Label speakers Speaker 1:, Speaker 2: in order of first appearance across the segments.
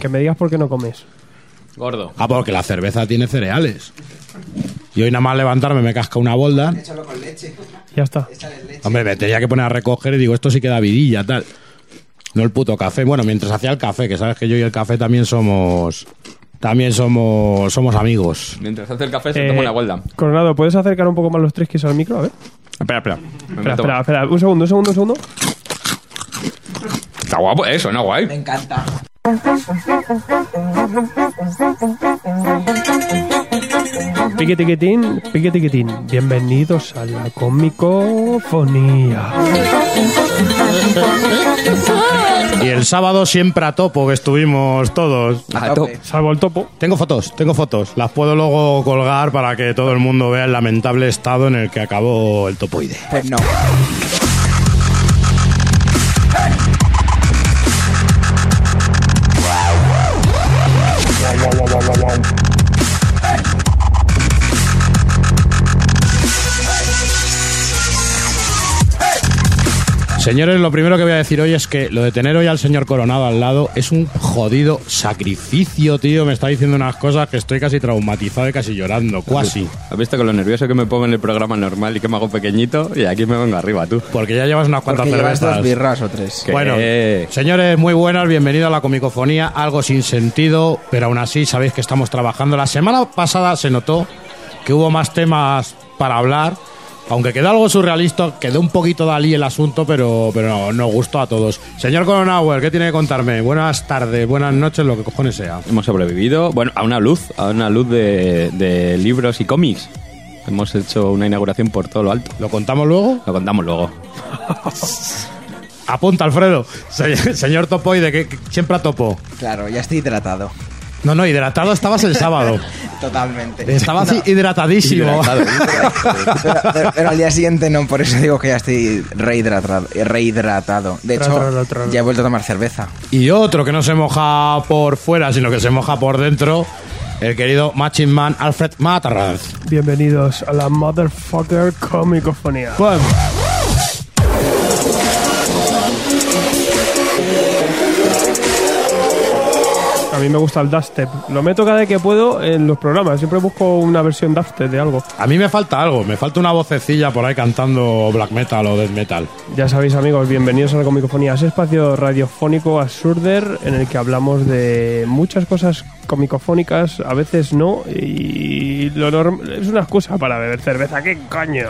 Speaker 1: Que me digas por qué no comes.
Speaker 2: Gordo.
Speaker 3: Ah, porque la cerveza tiene cereales. Y hoy nada más levantarme me casca una bolda.
Speaker 4: Échalo con leche.
Speaker 1: Ya está.
Speaker 4: Échale leche.
Speaker 3: Hombre, me tenía que poner a recoger y digo, esto sí queda vidilla, tal. No el puto café. Bueno, mientras hacía el café, que sabes que yo y el café también somos... También somos, somos amigos.
Speaker 2: Mientras hace el café se toma
Speaker 1: Eh,
Speaker 2: una vuelta.
Speaker 1: Coronado, ¿puedes acercar un poco más los tres al micro? A ver.
Speaker 3: Espera, espera.
Speaker 2: Me
Speaker 1: Espera,
Speaker 2: meto-
Speaker 1: espera, espera. Un segundo, un segundo, un segundo.
Speaker 2: Está guapo eso, ¿no?
Speaker 4: Me
Speaker 2: Guay.
Speaker 1: Eh.
Speaker 4: encanta.
Speaker 1: Pique tiquitín, pique tiquitín. Bienvenidos a la comicofonía.
Speaker 3: Y el sábado siempre a topo que estuvimos todos.
Speaker 2: A
Speaker 4: tope.
Speaker 2: tope.
Speaker 1: Salvo el topo.
Speaker 3: Tengo fotos, tengo fotos. Las puedo luego colgar para que todo el mundo vea el lamentable estado en el que acabó el topoide.
Speaker 4: Pues no.
Speaker 3: Señores, lo primero que voy a decir hoy es que lo de tener hoy al señor Coronado al lado es un jodido sacrificio, tío. Me está diciendo unas cosas que estoy casi traumatizado y casi llorando, cuasi.
Speaker 2: ¿Has visto con lo nervioso que me pongo en el programa normal y que me hago pequeñito? Y aquí me vengo arriba, tú.
Speaker 3: Porque ya llevas unas cuantas
Speaker 4: Porque llevas dos
Speaker 3: cervezas.
Speaker 4: birras o tres.
Speaker 2: ¿Qué?
Speaker 3: Bueno, señores, muy buenas, bienvenido a la comicofonía, algo sin sentido, pero aún así sabéis que estamos trabajando. La semana pasada se notó que hubo más temas para hablar, aunque quedó algo surrealista, quedó un poquito Dalí el asunto, pero, pero no, no gustó a todos. Señor Coronauer, ¿qué tiene que contarme? Buenas tardes, buenas noches, lo que cojones sea.
Speaker 2: Hemos sobrevivido, bueno, a una luz, a una luz de, de libros y cómics. Hemos hecho una inauguración por todo lo alto.
Speaker 3: ¿Lo contamos luego?
Speaker 2: Lo contamos luego.
Speaker 3: Apunta, Alfredo. Se- señor Topoide, que, que siempre a topo.
Speaker 4: Claro, ya estoy hidratado.
Speaker 3: No, no, hidratado estabas el sábado.
Speaker 4: Totalmente.
Speaker 3: Estabas
Speaker 4: No,
Speaker 3: hidratadísimo.
Speaker 2: Hidratado.
Speaker 4: pero, pero- pero al día siguiente no, por eso digo que ya estoy rehidratado. rehidratado. De
Speaker 1: Tra,
Speaker 4: hecho,
Speaker 1: tra, tra, tra.
Speaker 4: ya he vuelto a tomar cerveza.
Speaker 3: Y otro que no se moja por fuera, sino que se moja por dentro, el querido Machine Man Alfred Mataraz.
Speaker 1: Bienvenidos a la motherfucker comicofonía.
Speaker 3: Bueno,
Speaker 1: A mí me gusta el dubstep. Lo meto cada vez que puedo en los programas. Siempre busco una versión dubstep de algo.
Speaker 3: a mí me falta algo, me falta una vocecilla por ahí cantando black metal o death metal.
Speaker 1: Ya sabéis amigos, bienvenidos a la Comicofonía, ese espacio radiofónico absurder en el que hablamos de muchas cosas comicofónicas, a veces no, y lo norm- es una excusa para beber cerveza, ¿qué coño?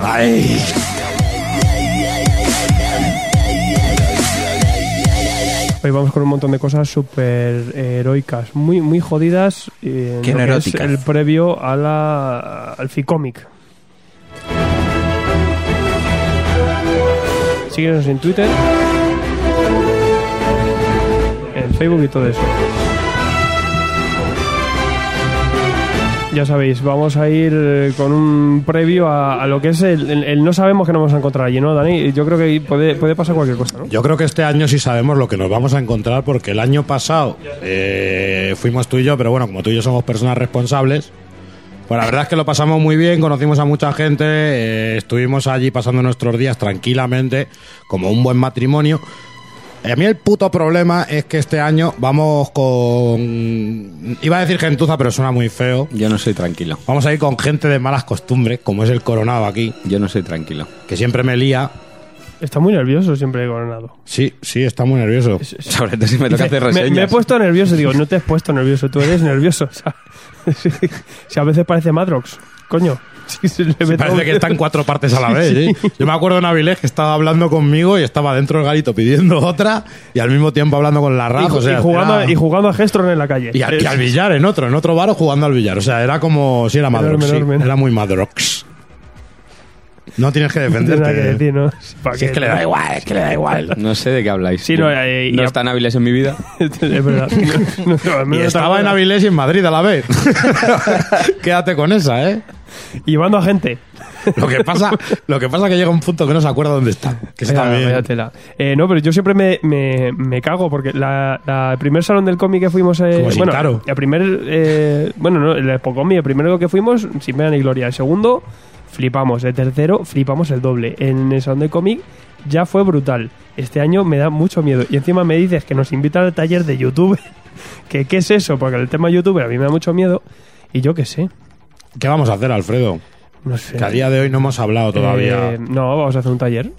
Speaker 1: Hoy vamos con un montón de cosas súper heroicas, muy, muy jodidas, eh,
Speaker 4: Qué
Speaker 1: en lo que es
Speaker 4: erótica.
Speaker 1: el previo a la, al Ficomic. Síguenos en Twitter, en Facebook y todo eso. Ya sabéis, vamos a ir eh, con un previo a, a lo que es el, el- el no sabemos que nos vamos a encontrar allí, ¿no, Dani? Yo creo que puede, puede pasar cualquier cosa, ¿no?
Speaker 3: Yo creo que este año sí sabemos lo que nos vamos a encontrar porque el año pasado eh, fuimos tú y yo, pero bueno, como tú y yo somos personas responsables, pues la verdad es que lo pasamos muy bien, conocimos a mucha gente, eh, estuvimos allí pasando nuestros días tranquilamente, como un buen matrimonio. A mí el puto problema es que este año vamos con... Iba a decir gentuza, pero suena muy feo.
Speaker 2: Yo no soy tranquilo.
Speaker 3: Vamos a ir con gente de malas costumbres, como es el coronado aquí,
Speaker 2: Yo no soy tranquilo.
Speaker 3: que siempre me lía.
Speaker 1: Está muy nervioso siempre Coronado.
Speaker 3: Sí, sí, está muy nervioso.
Speaker 2: Sobre todo si me toca hacer
Speaker 1: me,
Speaker 2: reseñas.
Speaker 1: me he puesto nervioso, digo, no te has puesto nervioso, tú eres nervioso. O sea, sí, si a veces parece Madrox, coño. Sí, se le ve todo-
Speaker 3: Parece que están cuatro partes a la vez. ¿eh? Yo me acuerdo en Avilés que estaba hablando conmigo y estaba dentro del garito pidiendo otra y al mismo tiempo hablando con la
Speaker 1: y,
Speaker 3: RAF.
Speaker 1: ju-
Speaker 3: o sea,
Speaker 1: y jugando, a-
Speaker 3: era-
Speaker 1: y jugando a Gestron en la calle.
Speaker 3: y al,
Speaker 1: Es-
Speaker 3: y al billar en otro, en otro bar o jugando al billar. O sea, era como si era
Speaker 1: Enorme,
Speaker 3: Madrox. sí,
Speaker 1: enorme.
Speaker 3: era muy Madrox. No tienes que
Speaker 1: no tiene nada que
Speaker 3: defenderte.
Speaker 1: decir, ¿no? Sí, ¿para
Speaker 3: Si es
Speaker 1: qué?
Speaker 3: que le da igual, es que le da igual.
Speaker 2: No sé de qué habláis.
Speaker 1: Sí, no, eh, y-
Speaker 2: no están hábiles en mi vida.
Speaker 1: es verdad. No, no, al
Speaker 3: Y
Speaker 1: menos
Speaker 3: estaba en
Speaker 1: otra cosa.
Speaker 3: Avilés y en Madrid a la vez. Quédate con esa, ¿eh?
Speaker 1: Llevando a gente.
Speaker 3: Lo que pasa, lo que pasa es que llega un punto que no se acuerda dónde está. Que está
Speaker 1: Vaya-
Speaker 3: bien.
Speaker 1: vaya tela. Eh, no, pero yo siempre me, me, me cago porque la, la- el primer salón del cómic que fuimos. eh,
Speaker 3: Como sin
Speaker 1: bueno,
Speaker 3: caro.
Speaker 1: el primer. eh, bueno, no, el Expocomi, el primero que fuimos, sin pena ni gloria. El segundo, flipamos. El tercero, flipamos el doble. En el salón del cómic ya fue brutal. Este año me da mucho miedo. Y encima me dices que nos invitan al taller de YouTube. ¿Qué, ¿Qué es eso? Porque el tema YouTube a mí me da mucho miedo. Y yo qué sé.
Speaker 3: ¿Qué vamos a hacer, Alfredo?
Speaker 1: No sé.
Speaker 3: Que a día de hoy no hemos hablado todavía.
Speaker 1: Eh, no, vamos a hacer un taller.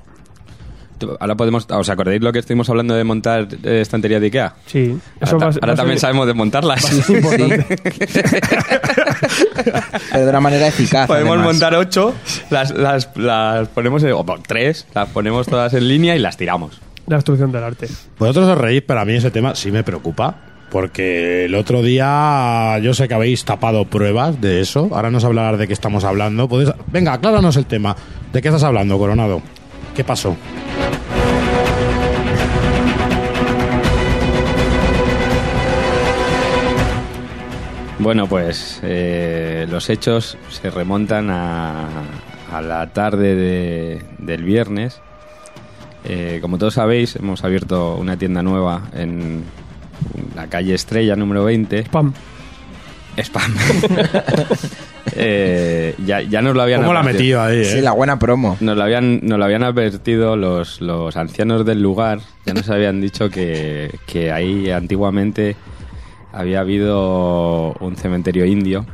Speaker 2: Ahora podemos. ¿Os acordáis lo que estuvimos hablando de montar eh, estantería de Ikea?
Speaker 1: Sí.
Speaker 2: Ahora, ta-
Speaker 1: va a ser-
Speaker 2: ahora
Speaker 1: va a
Speaker 2: también
Speaker 1: ser-
Speaker 2: sabemos desmontarlas.
Speaker 4: Pero de una manera eficaz.
Speaker 2: Podemos
Speaker 4: además.
Speaker 2: montar ocho, las, las, las ponemos, en- o bueno, tres, las ponemos todas en línea y las tiramos.
Speaker 1: La instrucción del arte.
Speaker 3: Vosotros os reís, pero a mí ese tema sí me preocupa. Porque el otro día yo sé que habéis tapado pruebas de eso. Ahora nos hablarás de qué estamos hablando. ¿Podéis- Venga, acláranos el tema. ¿De qué estás hablando, Coronado? ¿Qué pasó?
Speaker 2: Bueno, pues eh, los hechos se remontan a, a la tarde de- del viernes. Eh, como todos sabéis, hemos abierto una tienda nueva en la calle Estrella número 20.
Speaker 1: Pam.
Speaker 2: Spam. Eh, ya, ya nos lo habían
Speaker 3: ¿Cómo la metido
Speaker 2: advertido.
Speaker 3: ahí?
Speaker 4: Sí,
Speaker 3: eh?
Speaker 4: la buena promo.
Speaker 2: Nos lo habían, nos lo habían advertido los, los ancianos del lugar, ya nos habían dicho que, que ahí antiguamente había habido un cementerio indio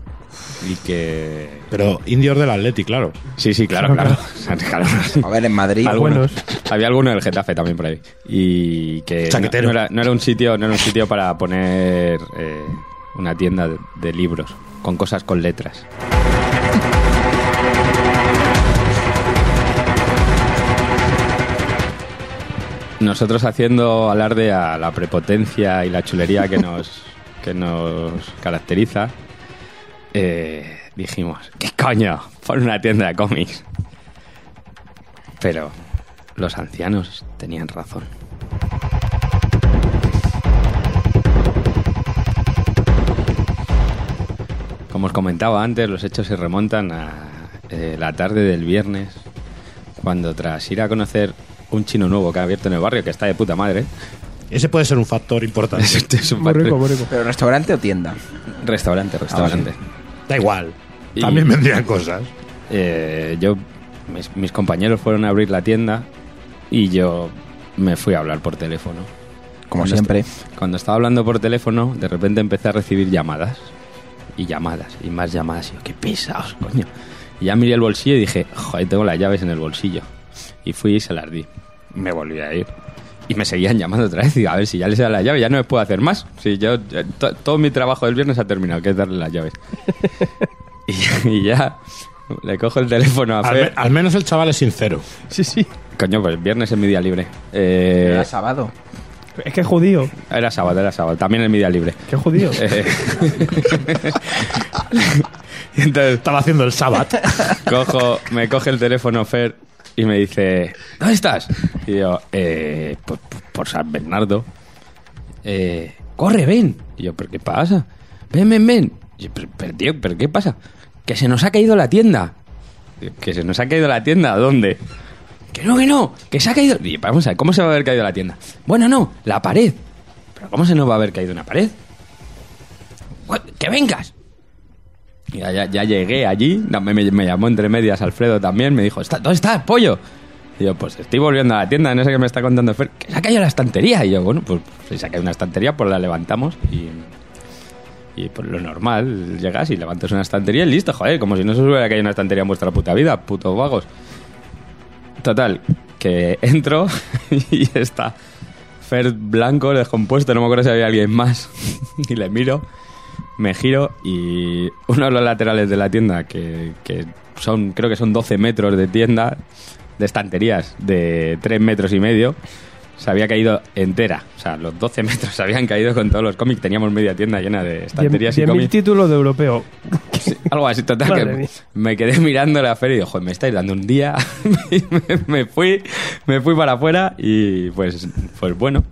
Speaker 2: y que...
Speaker 3: Pero indios del Atleti, claro.
Speaker 2: Sí, sí, claro, claro. O sea, claro.
Speaker 4: A ver, en Madrid.
Speaker 1: Algo-
Speaker 2: Algunos.
Speaker 1: buenos.
Speaker 2: Había alguno del Getafe también por ahí. Y que no,
Speaker 3: Chaquetero.
Speaker 2: no era, no era un sitio, no era un sitio para poner eh, una tienda de, de libros con cosas con letras. Nosotros haciendo alarde a la prepotencia y la chulería que nos, que nos caracteriza, eh, dijimos, ¿qué coño? Pon una tienda de cómics. Pero los ancianos tenían razón. Como os comentaba antes, los hechos se remontan a eh, la tarde del viernes, cuando tras ir a conocer un chino nuevo que ha abierto en el barrio, que está de puta madre,
Speaker 3: Ese puede ser un factor importante.
Speaker 2: Este es un
Speaker 1: Muy rico, Ah,
Speaker 2: barrio-
Speaker 1: muy rico.
Speaker 4: ¿Pero restaurante o tienda?
Speaker 2: restaurante, restaurante.
Speaker 3: da igual.
Speaker 2: Y-
Speaker 3: También vendrían cosas.
Speaker 2: Eh, yo mis, mis compañeros fueron a abrir la tienda y yo me fui a hablar por teléfono.
Speaker 4: Como
Speaker 2: Cuando
Speaker 4: siempre.
Speaker 2: est- cuando estaba hablando por teléfono, de repente empecé a recibir llamadas y llamadas y más llamadas. Y yo, qué pesados, coño. Y ya miré el bolsillo y dije, joder, tengo las llaves en el bolsillo. Y fui y se las di. Me volví a ir. Y me seguían llamando otra vez. Y a ver, si ya les he dado la llave, ya no les puedo hacer más. Si yo, eh, to- todo mi trabajo del viernes ha terminado, que es darle las llaves. y, ya- y ya le cojo el teléfono a
Speaker 3: Al,
Speaker 2: Fer.
Speaker 3: me- al menos el chaval es sincero.
Speaker 1: Sí, sí.
Speaker 2: Coño, pues viernes es mi día libre. Eh,
Speaker 4: Era sábado.
Speaker 1: Es que es judío.
Speaker 2: era sábado, era sábado. También es mi día libre.
Speaker 1: Que es judío.
Speaker 2: Eh, y entonces
Speaker 3: Estaba haciendo el sábado.
Speaker 2: cojo, me coge el teléfono Fer y me dice, ¿dónde estás? Y yo, eh, por, por- por San Bernardo. Eh, corre, ven. Y yo, ¿pero qué pasa? Ven, ven, ven. Y yo, pero, pero, tío, ¿pero qué pasa? Que se nos ha caído la tienda. Y yo, ¿Que se nos ha caído la tienda? ¿A dónde? Que no, que no, que se ha caído. Y vamos a ver, ¿cómo se va a haber caído la tienda? Bueno, no, la pared. ¿Pero cómo se nos va a haber caído una pared? Gua- ¡Que vengas! Y Ya, ya- ya llegué allí, no, me, me- me llamó entre medias Alfredo también, me dijo, "Está- ¿dónde estás, pollo? Y yo, pues estoy volviendo a la tienda, no sé qué me está contando Fer, que se ha caído la estantería. Y yo, bueno, pues si se ha caído una estantería, pues la levantamos y... Y pues lo normal, llegas y levantas una estantería y listo, joder, como si no se os hubiera caído una estantería en vuestra puta vida, putos vagos. Total, que entro y está Fer blanco, descompuesto, no me acuerdo si había alguien más. y le miro, me giro y uno de los laterales de la tienda, que, que son, creo que son 12 metros de tienda, de estanterías de 3 metros y medio, se había caído entera. O sea, los 12 metros se habían caído con todos los cómics. Teníamos media tienda llena de estanterías y
Speaker 1: 10.000
Speaker 2: cómics.
Speaker 1: títulos de europeo.
Speaker 2: Sí, algo así, total,
Speaker 1: Madre
Speaker 2: que
Speaker 1: mía.
Speaker 2: me quedé mirando la feria y digo, joder, me estáis dando un día. Y me, me fui, me fui para afuera y pues, pues bueno.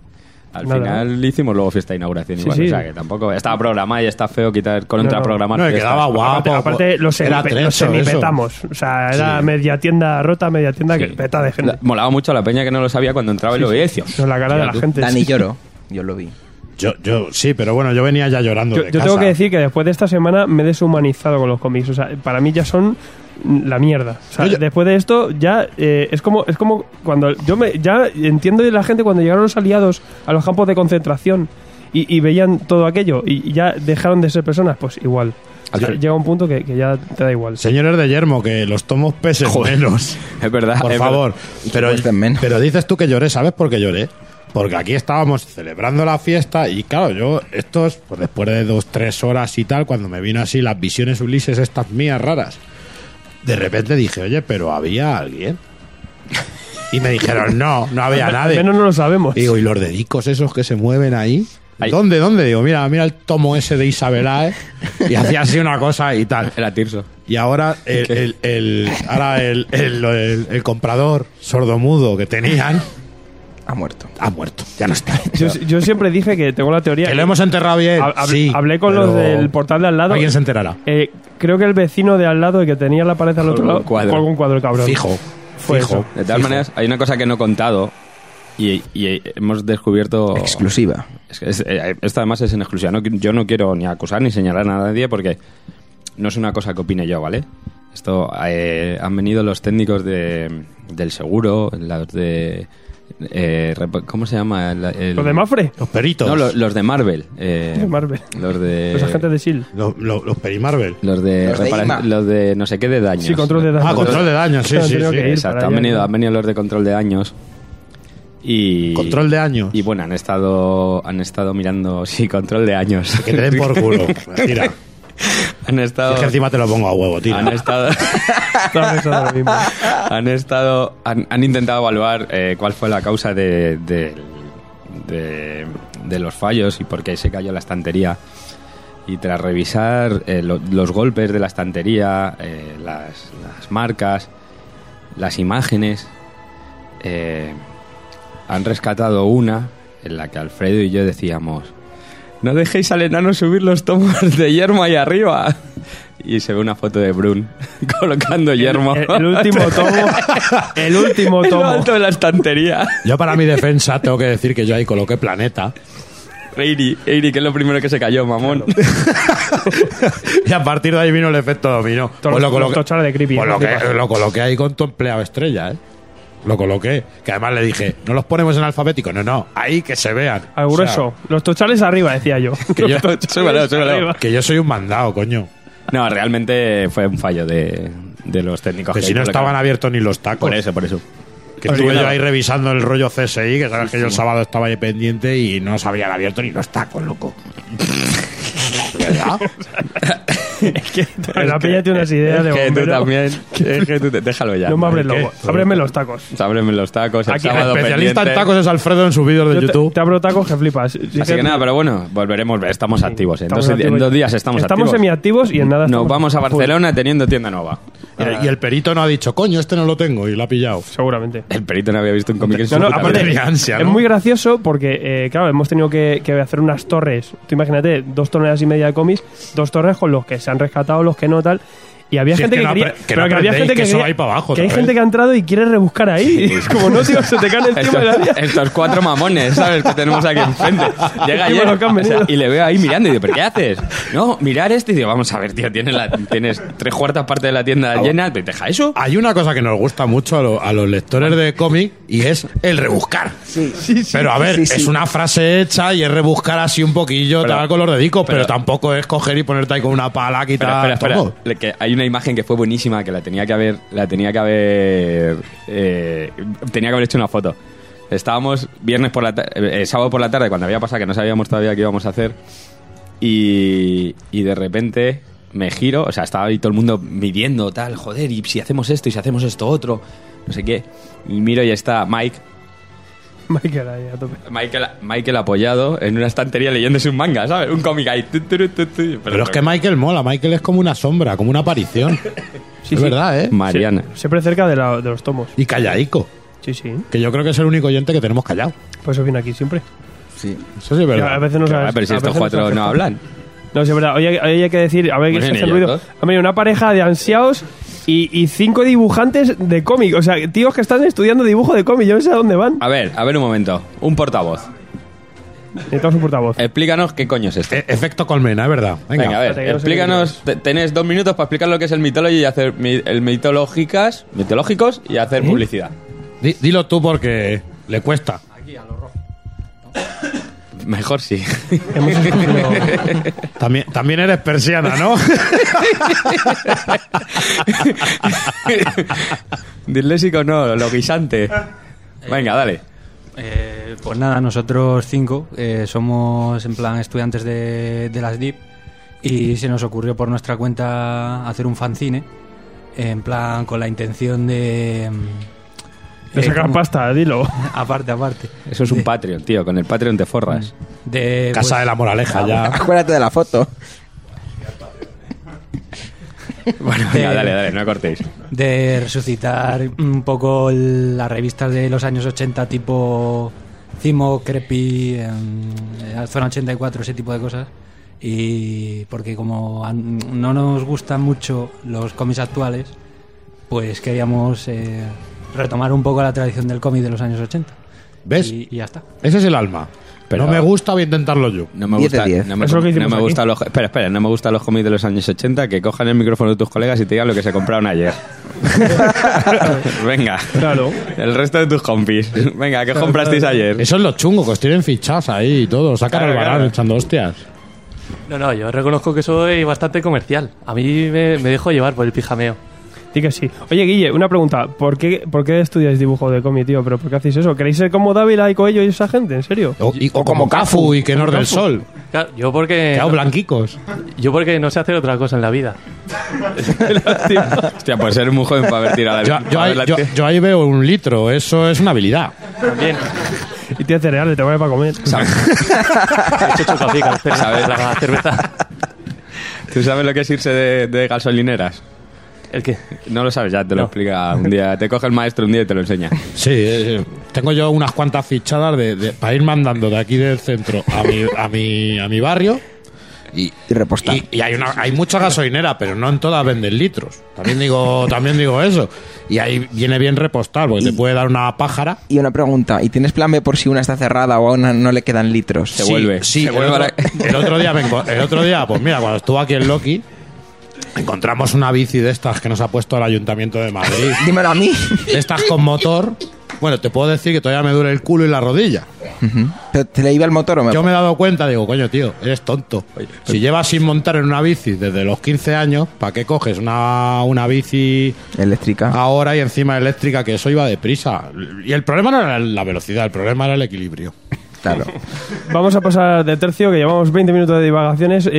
Speaker 2: Al
Speaker 1: Nada.
Speaker 2: final hicimos luego fiesta de inauguración
Speaker 1: Sí,
Speaker 2: igual,
Speaker 1: sí.
Speaker 2: o sea que tampoco estaba programada y está feo quitar con
Speaker 1: No,
Speaker 2: otra
Speaker 1: no.
Speaker 2: programada.
Speaker 3: No, y quedaba guapo.
Speaker 1: Aparte, aparte los,
Speaker 3: Era
Speaker 1: semipe- los
Speaker 3: trecho, eso.
Speaker 1: semipetamos. O sea, era
Speaker 3: Sí.
Speaker 1: media tienda rota, media tienda que peta de gente.
Speaker 2: Molaba mucho a la peña que no lo sabía cuando entraba y lo veía y decía,
Speaker 1: No, la cara de la
Speaker 2: tú.
Speaker 1: gente.
Speaker 4: Dani
Speaker 1: sí.
Speaker 4: lloró. Yo lo vi.
Speaker 3: Yo, yo, sí, pero bueno, yo venía ya llorando
Speaker 1: Yo,
Speaker 3: de
Speaker 1: yo
Speaker 3: casa.
Speaker 1: tengo que decir que después de esta semana me he deshumanizado con los cómics. O sea, para mí ya son la mierda. O sea,
Speaker 3: Yo ya-
Speaker 1: después de esto ya eh, es como es como cuando yo me ya entiendo de la gente cuando llegaron los aliados a los campos de concentración y, y veían todo aquello y y ya dejaron de ser personas, pues igual. O sea,
Speaker 2: Alfred.
Speaker 1: llega un punto que, que ya te da igual.
Speaker 3: Señores de Yermo, que los tomos pesen menos.
Speaker 2: Es verdad.
Speaker 3: Por
Speaker 2: es
Speaker 3: favor.
Speaker 2: verdad.
Speaker 3: Pero,
Speaker 4: cuesten menos.
Speaker 3: pero dices tú que lloré, ¿sabes por qué lloré? Porque aquí estábamos celebrando la fiesta y claro, yo estos, pues después de dos, tres horas y tal, cuando me vino así las visiones Ulises, estas mías raras, de repente dije, oye, pero había alguien. Y me dijeron, no, no había nadie.
Speaker 1: Menos no lo sabemos.
Speaker 3: Y Digo, ¿y los dedicos esos que se mueven ahí?
Speaker 2: Ahí.
Speaker 3: ¿Dónde, dónde? Digo, mira, mira el tomo ese de Isabelae. Y hacía así una cosa y tal.
Speaker 2: Era Tirso.
Speaker 3: Y ahora el, el- el- ahora el, el- el- el comprador sordomudo que tenían
Speaker 4: Ha muerto.
Speaker 3: ha muerto. Ya no está.
Speaker 1: yo, yo siempre dije que tengo la teoría.
Speaker 3: Que lo hemos enterrado bien.
Speaker 1: Hab- hab-
Speaker 3: sí,
Speaker 1: hablé con
Speaker 3: pero
Speaker 1: los del portal de al lado.
Speaker 3: Alguien se enterará.
Speaker 1: Eh, creo que el vecino de al lado y que tenía la pared al otro
Speaker 2: Colgó un
Speaker 1: lado
Speaker 2: cuadro.
Speaker 1: colgó un cuadro cabrón.
Speaker 3: Fijo.
Speaker 1: Fue
Speaker 3: fijo.
Speaker 1: eso.
Speaker 2: De todas
Speaker 3: fijo.
Speaker 2: maneras, hay una cosa que no he contado y, y hemos descubierto...
Speaker 4: Exclusiva.
Speaker 2: Es que es- eh, esto además es en exclusiva. No qui- yo no quiero ni acusar ni señalar a nadie porque no es una cosa que opine yo, ¿vale? Esto eh, han venido los técnicos de, del seguro, los de... eh, rep- ¿Cómo se llama? El- el-
Speaker 1: Lo de Mafre,
Speaker 3: Los peritos.
Speaker 2: No, lo- los, de Marvel. eh,
Speaker 1: De Marvel.
Speaker 2: Los de...
Speaker 1: los agentes de SHIELD.
Speaker 3: Lo- lo- los perimarvel.
Speaker 2: Los de,
Speaker 4: Los de
Speaker 2: repara-
Speaker 4: IMA.
Speaker 2: los de no sé qué de daños. Eh,
Speaker 1: Sí, control de daños.
Speaker 3: Ah, control de daños, sí,
Speaker 1: Claro,
Speaker 3: sí,
Speaker 1: tengo
Speaker 3: sí.
Speaker 1: que ir.
Speaker 2: Exacto,
Speaker 1: para
Speaker 2: han
Speaker 1: allá,
Speaker 2: venido,
Speaker 1: ¿no?
Speaker 2: han venido los de control de daños. Y,
Speaker 3: Control de años.
Speaker 2: Y bueno, han estado, han estado mirando, sí, control de años.
Speaker 3: Que te den por culo. Tira.
Speaker 2: han
Speaker 3: Es
Speaker 2: estado,
Speaker 3: que encima te lo pongo a huevo, tío.
Speaker 2: han estado,
Speaker 1: Estaba pensando lo mismo.
Speaker 2: han estado, han, han intentado evaluar eh, cuál fue la causa de, de, de- de los fallos y por qué se cayó la estantería. Y tras revisar eh, lo- los golpes de la estantería, eh, las, las marcas, las imágenes, eh, han rescatado una en la que Alfredo y yo decíamos, no dejéis al enano subir los tomos de yermo ahí arriba. Y se ve una foto de Brun colocando yermo.
Speaker 1: El, el último tomo. El último
Speaker 2: En lo
Speaker 1: tomo.
Speaker 2: alto de la estantería.
Speaker 3: Yo para mi defensa tengo que decir que yo ahí coloqué planeta.
Speaker 2: Eiri, Eiri, que es lo primero que se cayó, mamón.
Speaker 3: Y a partir de ahí vino el efecto dominó.
Speaker 1: Todos
Speaker 3: Pues
Speaker 1: los- los tochales de creepy,
Speaker 3: pues
Speaker 1: ¿no?
Speaker 3: lo,
Speaker 1: ¿Qué
Speaker 3: que-
Speaker 1: pasa?
Speaker 3: lo coloqué ahí con tu empleado estrella, ¿eh? Lo coloqué. Que además le dije, no los ponemos en alfabético. No, no, ahí que se
Speaker 1: Al
Speaker 3: vean. O sea,
Speaker 1: Ah, grueso. los tochales arriba, decía yo.
Speaker 3: que, yo,
Speaker 2: Súbelo, súbelo.
Speaker 3: que yo soy un mandado, coño.
Speaker 2: No, realmente fue un fallo de, de los técnicos.
Speaker 3: Que si no estaban abiertos ni los tacos.
Speaker 2: Por eso, por eso.
Speaker 3: Que estuve yo ahí revisando el rollo CSI, que sabes que yo el sábado estaba ahí pendiente y no se habían abierto ni los tacos, loco. ¿Verdad?
Speaker 1: La pilla tiene unas ideas de
Speaker 2: Es que tú
Speaker 1: bombero.
Speaker 2: también. es que tú te- déjalo ya.
Speaker 1: No me abres
Speaker 3: ¿Qué?
Speaker 1: los, ábreme los tacos.
Speaker 2: Ábreme los tacos. El
Speaker 1: Aquí,
Speaker 3: El
Speaker 2: sábado
Speaker 3: especialista
Speaker 2: pendiente.
Speaker 3: en tacos es Alfredo en sus vídeos de
Speaker 1: Yo te-
Speaker 3: YouTube.
Speaker 1: Te, abro tacos que flipas. Sí
Speaker 2: Así que nada, pero bueno, volveremos. Estamos activos. En,
Speaker 1: estamos
Speaker 2: dos, en
Speaker 1: activos.
Speaker 2: dos días estamos,
Speaker 1: Estamos
Speaker 2: activos.
Speaker 1: semiactivos y en nada.
Speaker 2: Nos
Speaker 1: estamos-
Speaker 2: vamos a Barcelona teniendo tienda nueva.
Speaker 3: Mira,
Speaker 1: Ah.
Speaker 3: Y el perito no ha dicho, coño, este no lo tengo y lo ha pillado.
Speaker 1: Seguramente.
Speaker 2: El perito no había visto un cómic en su
Speaker 1: No, no,
Speaker 2: puta
Speaker 1: aparte,
Speaker 2: vida.
Speaker 3: tenía ansia,
Speaker 1: es
Speaker 3: ¿no?
Speaker 1: muy gracioso porque, eh, claro, hemos tenido que, que hacer unas torres. Tú imagínate, dos toneladas y media de cómics, dos torres con los que se han rescatado, los que no, tal. Y había
Speaker 3: Si es
Speaker 1: gente
Speaker 3: que
Speaker 1: que,
Speaker 3: no
Speaker 1: quería.
Speaker 3: apre- que no
Speaker 1: pero que había
Speaker 3: aprendéis,
Speaker 1: gente que,
Speaker 3: que eso
Speaker 1: quería-
Speaker 3: va ahí para abajo
Speaker 1: que hay
Speaker 3: otra
Speaker 1: gente
Speaker 3: vez.
Speaker 1: que ha entrado y quiere rebuscar ahí. Y es como, no, tío, se te caen encima de la
Speaker 2: Estos,
Speaker 1: vida.
Speaker 2: estos cuatro mamones, ¿sabes? Que tenemos aquí enfrente. Llega
Speaker 1: Encima
Speaker 2: ayer
Speaker 1: los que han
Speaker 2: o sea,
Speaker 1: venido.
Speaker 2: y le veo ahí mirando y digo, ¿pero qué haces? No, mirar esto y digo, vamos a ver, tío, tienes, la- tienes tres cuartas partes de la tienda llena, ¿te deja eso?
Speaker 3: Hay una cosa que nos gusta mucho a, lo- a los lectores de cómic y es el rebuscar.
Speaker 4: Sí.
Speaker 3: pero a ver,
Speaker 4: sí, sí.
Speaker 3: es una frase hecha y es rebuscar así un poquillo,
Speaker 2: Pero-
Speaker 3: tal, con los dedicos, pero,
Speaker 2: pero-
Speaker 3: tampoco es coger y ponerte ahí con una pala,
Speaker 2: Espera,
Speaker 3: quitar
Speaker 1: Ah,
Speaker 2: espera, espera.
Speaker 3: todo.
Speaker 2: Le- Que hay una imagen que fue buenísima, que la tenía que haber, la tenía que haber, eh, tenía que haber hecho una foto. Estábamos viernes por la ta- eh, eh, sábado por la tarde, cuando había pasado que no sabíamos todavía qué íbamos a hacer, y, y de repente me giro, o sea, estaba ahí todo el mundo midiendo, tal, joder, y si hacemos esto, y si hacemos esto otro, no sé qué, y miro y está Mike,
Speaker 1: Michael, ahí, a tope.
Speaker 2: Michael, Michael apoyado en una estantería leyéndose un manga, ¿sabes? Un cómic ahí. tu, tu, tu, tu, tu.
Speaker 3: Pero es que Michael mola, Michael es como una sombra, como una aparición.
Speaker 1: Sí,
Speaker 3: es
Speaker 1: sí.
Speaker 3: verdad, ¿eh?
Speaker 2: Mariana.
Speaker 1: Sie- siempre cerca de, la- de los tomos.
Speaker 3: Y callaico,
Speaker 1: Sí, sí.
Speaker 3: que yo creo que es el único oyente que tenemos callado.
Speaker 1: Pues eso viene aquí siempre.
Speaker 4: Sí.
Speaker 3: Eso sí es
Speaker 1: Y
Speaker 3: verdad.
Speaker 1: A veces no sabes.
Speaker 2: Ah, pero si
Speaker 1: a
Speaker 2: estos
Speaker 1: veces no
Speaker 2: cuatro
Speaker 1: sabes-
Speaker 2: no hablan.
Speaker 1: No, sí, es verdad. Hoy hay, hoy hay que decir, a ver qué
Speaker 2: Bueno,
Speaker 1: se
Speaker 2: ni
Speaker 1: hace el ruido.
Speaker 2: ellos dos.
Speaker 1: Ha venido una pareja de ansiados y, y cinco dibujantes de cómic. O sea,
Speaker 2: Ah.
Speaker 1: tíos que están estudiando dibujo de cómic. Yo no sé a dónde van.
Speaker 2: A ver, a ver un momento. Un portavoz.
Speaker 1: Necesitamos un portavoz.
Speaker 2: Explícanos qué coño es esto.
Speaker 3: E- efecto colmena, es verdad. Venga,
Speaker 2: Venga, a ver,
Speaker 1: espérate, que no sé
Speaker 2: explícanos. te- Tenés dos minutos para explicar lo que es el mitology y hacer mi- el mitológicas, mitológicos y hacer publicidad.
Speaker 3: di- dilo tú porque le cuesta.
Speaker 2: Mejor sí.
Speaker 1: Hemos escogido-
Speaker 3: También, también eres persiana, ¿no?
Speaker 2: Disléxico no, lo guisante. Venga, dale.
Speaker 5: Eh, pues nada, nosotros cinco eh, somos en plan estudiantes de, de las DIP y se nos ocurrió por nuestra cuenta hacer un fanzine en plan con la intención de... mm,
Speaker 1: de
Speaker 5: eh,
Speaker 1: sacar
Speaker 5: como-
Speaker 1: pasta, dilo.
Speaker 5: Aparte, aparte.
Speaker 2: Eso es un Patreon, tío. Con el Patreon te forras.
Speaker 5: De, pues,
Speaker 3: Casa de la Moraleja, ya.
Speaker 4: Acuérdate de la foto.
Speaker 2: Bueno, venga, dale, dale, no cortéis.
Speaker 5: de resucitar un poco el- las revistas de los años 80 tipo Cimo, Crepi, em, eh, Zona 84, ese tipo de cosas. Y porque como an- no nos gustan mucho los cómics actuales, pues queríamos eh, retomar un poco la tradición del cómic de los años 80.
Speaker 3: ¿Ves?
Speaker 5: Y, y ya está.
Speaker 3: Ese es el alma.
Speaker 2: Pero-
Speaker 3: no me gusta, voy a intentarlo yo.
Speaker 2: No me
Speaker 4: Diez de
Speaker 2: gusta,
Speaker 4: diez.
Speaker 2: no me,
Speaker 1: Es lo que
Speaker 2: no
Speaker 1: hicimos
Speaker 2: me
Speaker 1: aquí.
Speaker 2: gusta los, espera, espera, no me gustan los cómics de los años 80 que cojan el micrófono de tus colegas y te digan lo que se compraron ayer. Venga.
Speaker 1: Claro.
Speaker 2: El resto de tus compis. Venga, ¿qué comprasteis ayer?
Speaker 3: Eso es lo chungo, que os tienen fichados ahí y todo. Sacan
Speaker 2: Claro,
Speaker 3: el banano
Speaker 2: claro.
Speaker 3: echando hostias.
Speaker 6: No, no, yo reconozco que soy bastante comercial. A mí me, me dejo llevar por el pijameo.
Speaker 1: Di que sí. Oye, Guille, una pregunta. ¿Por qué, ¿Por qué estudiáis dibujo de cómic, tío? ¿Pero por qué hacéis eso? ¿Queréis ser como Dávila y Coello y esa gente? ¿En serio?
Speaker 3: O, y- o como Cafu Eh, y que no del Sol.
Speaker 6: Claro, yo porque,
Speaker 3: Quedaos blanquicos.
Speaker 6: yo porque no sé hacer otra cosa en la vida.
Speaker 2: Hostia, pues ser muy joven para ver tirar a la
Speaker 3: Yo, yo
Speaker 2: para
Speaker 3: ahí,
Speaker 2: ver la
Speaker 3: yo-
Speaker 2: tele.
Speaker 3: yo ahí veo un litro, eso es una habilidad.
Speaker 6: También.
Speaker 1: Y tienes cereales, te voy a para comer.
Speaker 6: He hecho chupapica, la cerveza-
Speaker 2: ¿Sabes?
Speaker 6: la cerveza.
Speaker 2: ¿Tú sabes lo que es irse de, de gasolineras?
Speaker 6: ¿El qué?
Speaker 2: No lo sabes, ya te lo
Speaker 6: No.
Speaker 2: explica un día. Te coge el maestro un día y te lo enseña.
Speaker 3: Sí, eh, tengo yo unas cuantas fichadas de, de- para ir mandando de aquí del centro a mi, a mi, a mi barrio. Y,
Speaker 4: Y repostar.
Speaker 3: y- y hay, una, hay mucha gasolinera, pero no en todas venden litros. También digo, también digo eso. Y ahí viene bien repostar, porque te puede dar una pájara.
Speaker 4: Y una pregunta, ¿y tienes plan B por si una está cerrada o a una no le quedan litros?
Speaker 2: Se vuelve.
Speaker 3: Sí,
Speaker 2: Se
Speaker 3: el,
Speaker 2: vuelve
Speaker 3: otro,
Speaker 2: a la-
Speaker 3: el otro día, me enco- el otro día, pues mira, cuando estuvo aquí el Loki, encontramos una bici de estas que nos ha puesto el Ayuntamiento de Madrid.
Speaker 4: Dímelo a mí.
Speaker 3: De estas con motor. Bueno, te puedo decir que todavía me duele el culo y la rodilla.
Speaker 4: ¿Pero ¿Te le iba el motor o me
Speaker 3: Yo me he dado cuenta, digo, coño, tío, eres tonto. Si llevas sin montar en una bici desde los 15 años, ¿para qué coges una, una bici
Speaker 4: eléctrica?
Speaker 1: Ah.
Speaker 3: ahora y encima eléctrica? Que eso iba deprisa. Y el problema no era la velocidad, el problema era el equilibrio.
Speaker 4: Claro.
Speaker 1: Vamos a pasar de tercio, que llevamos 20 minutos de divagaciones y,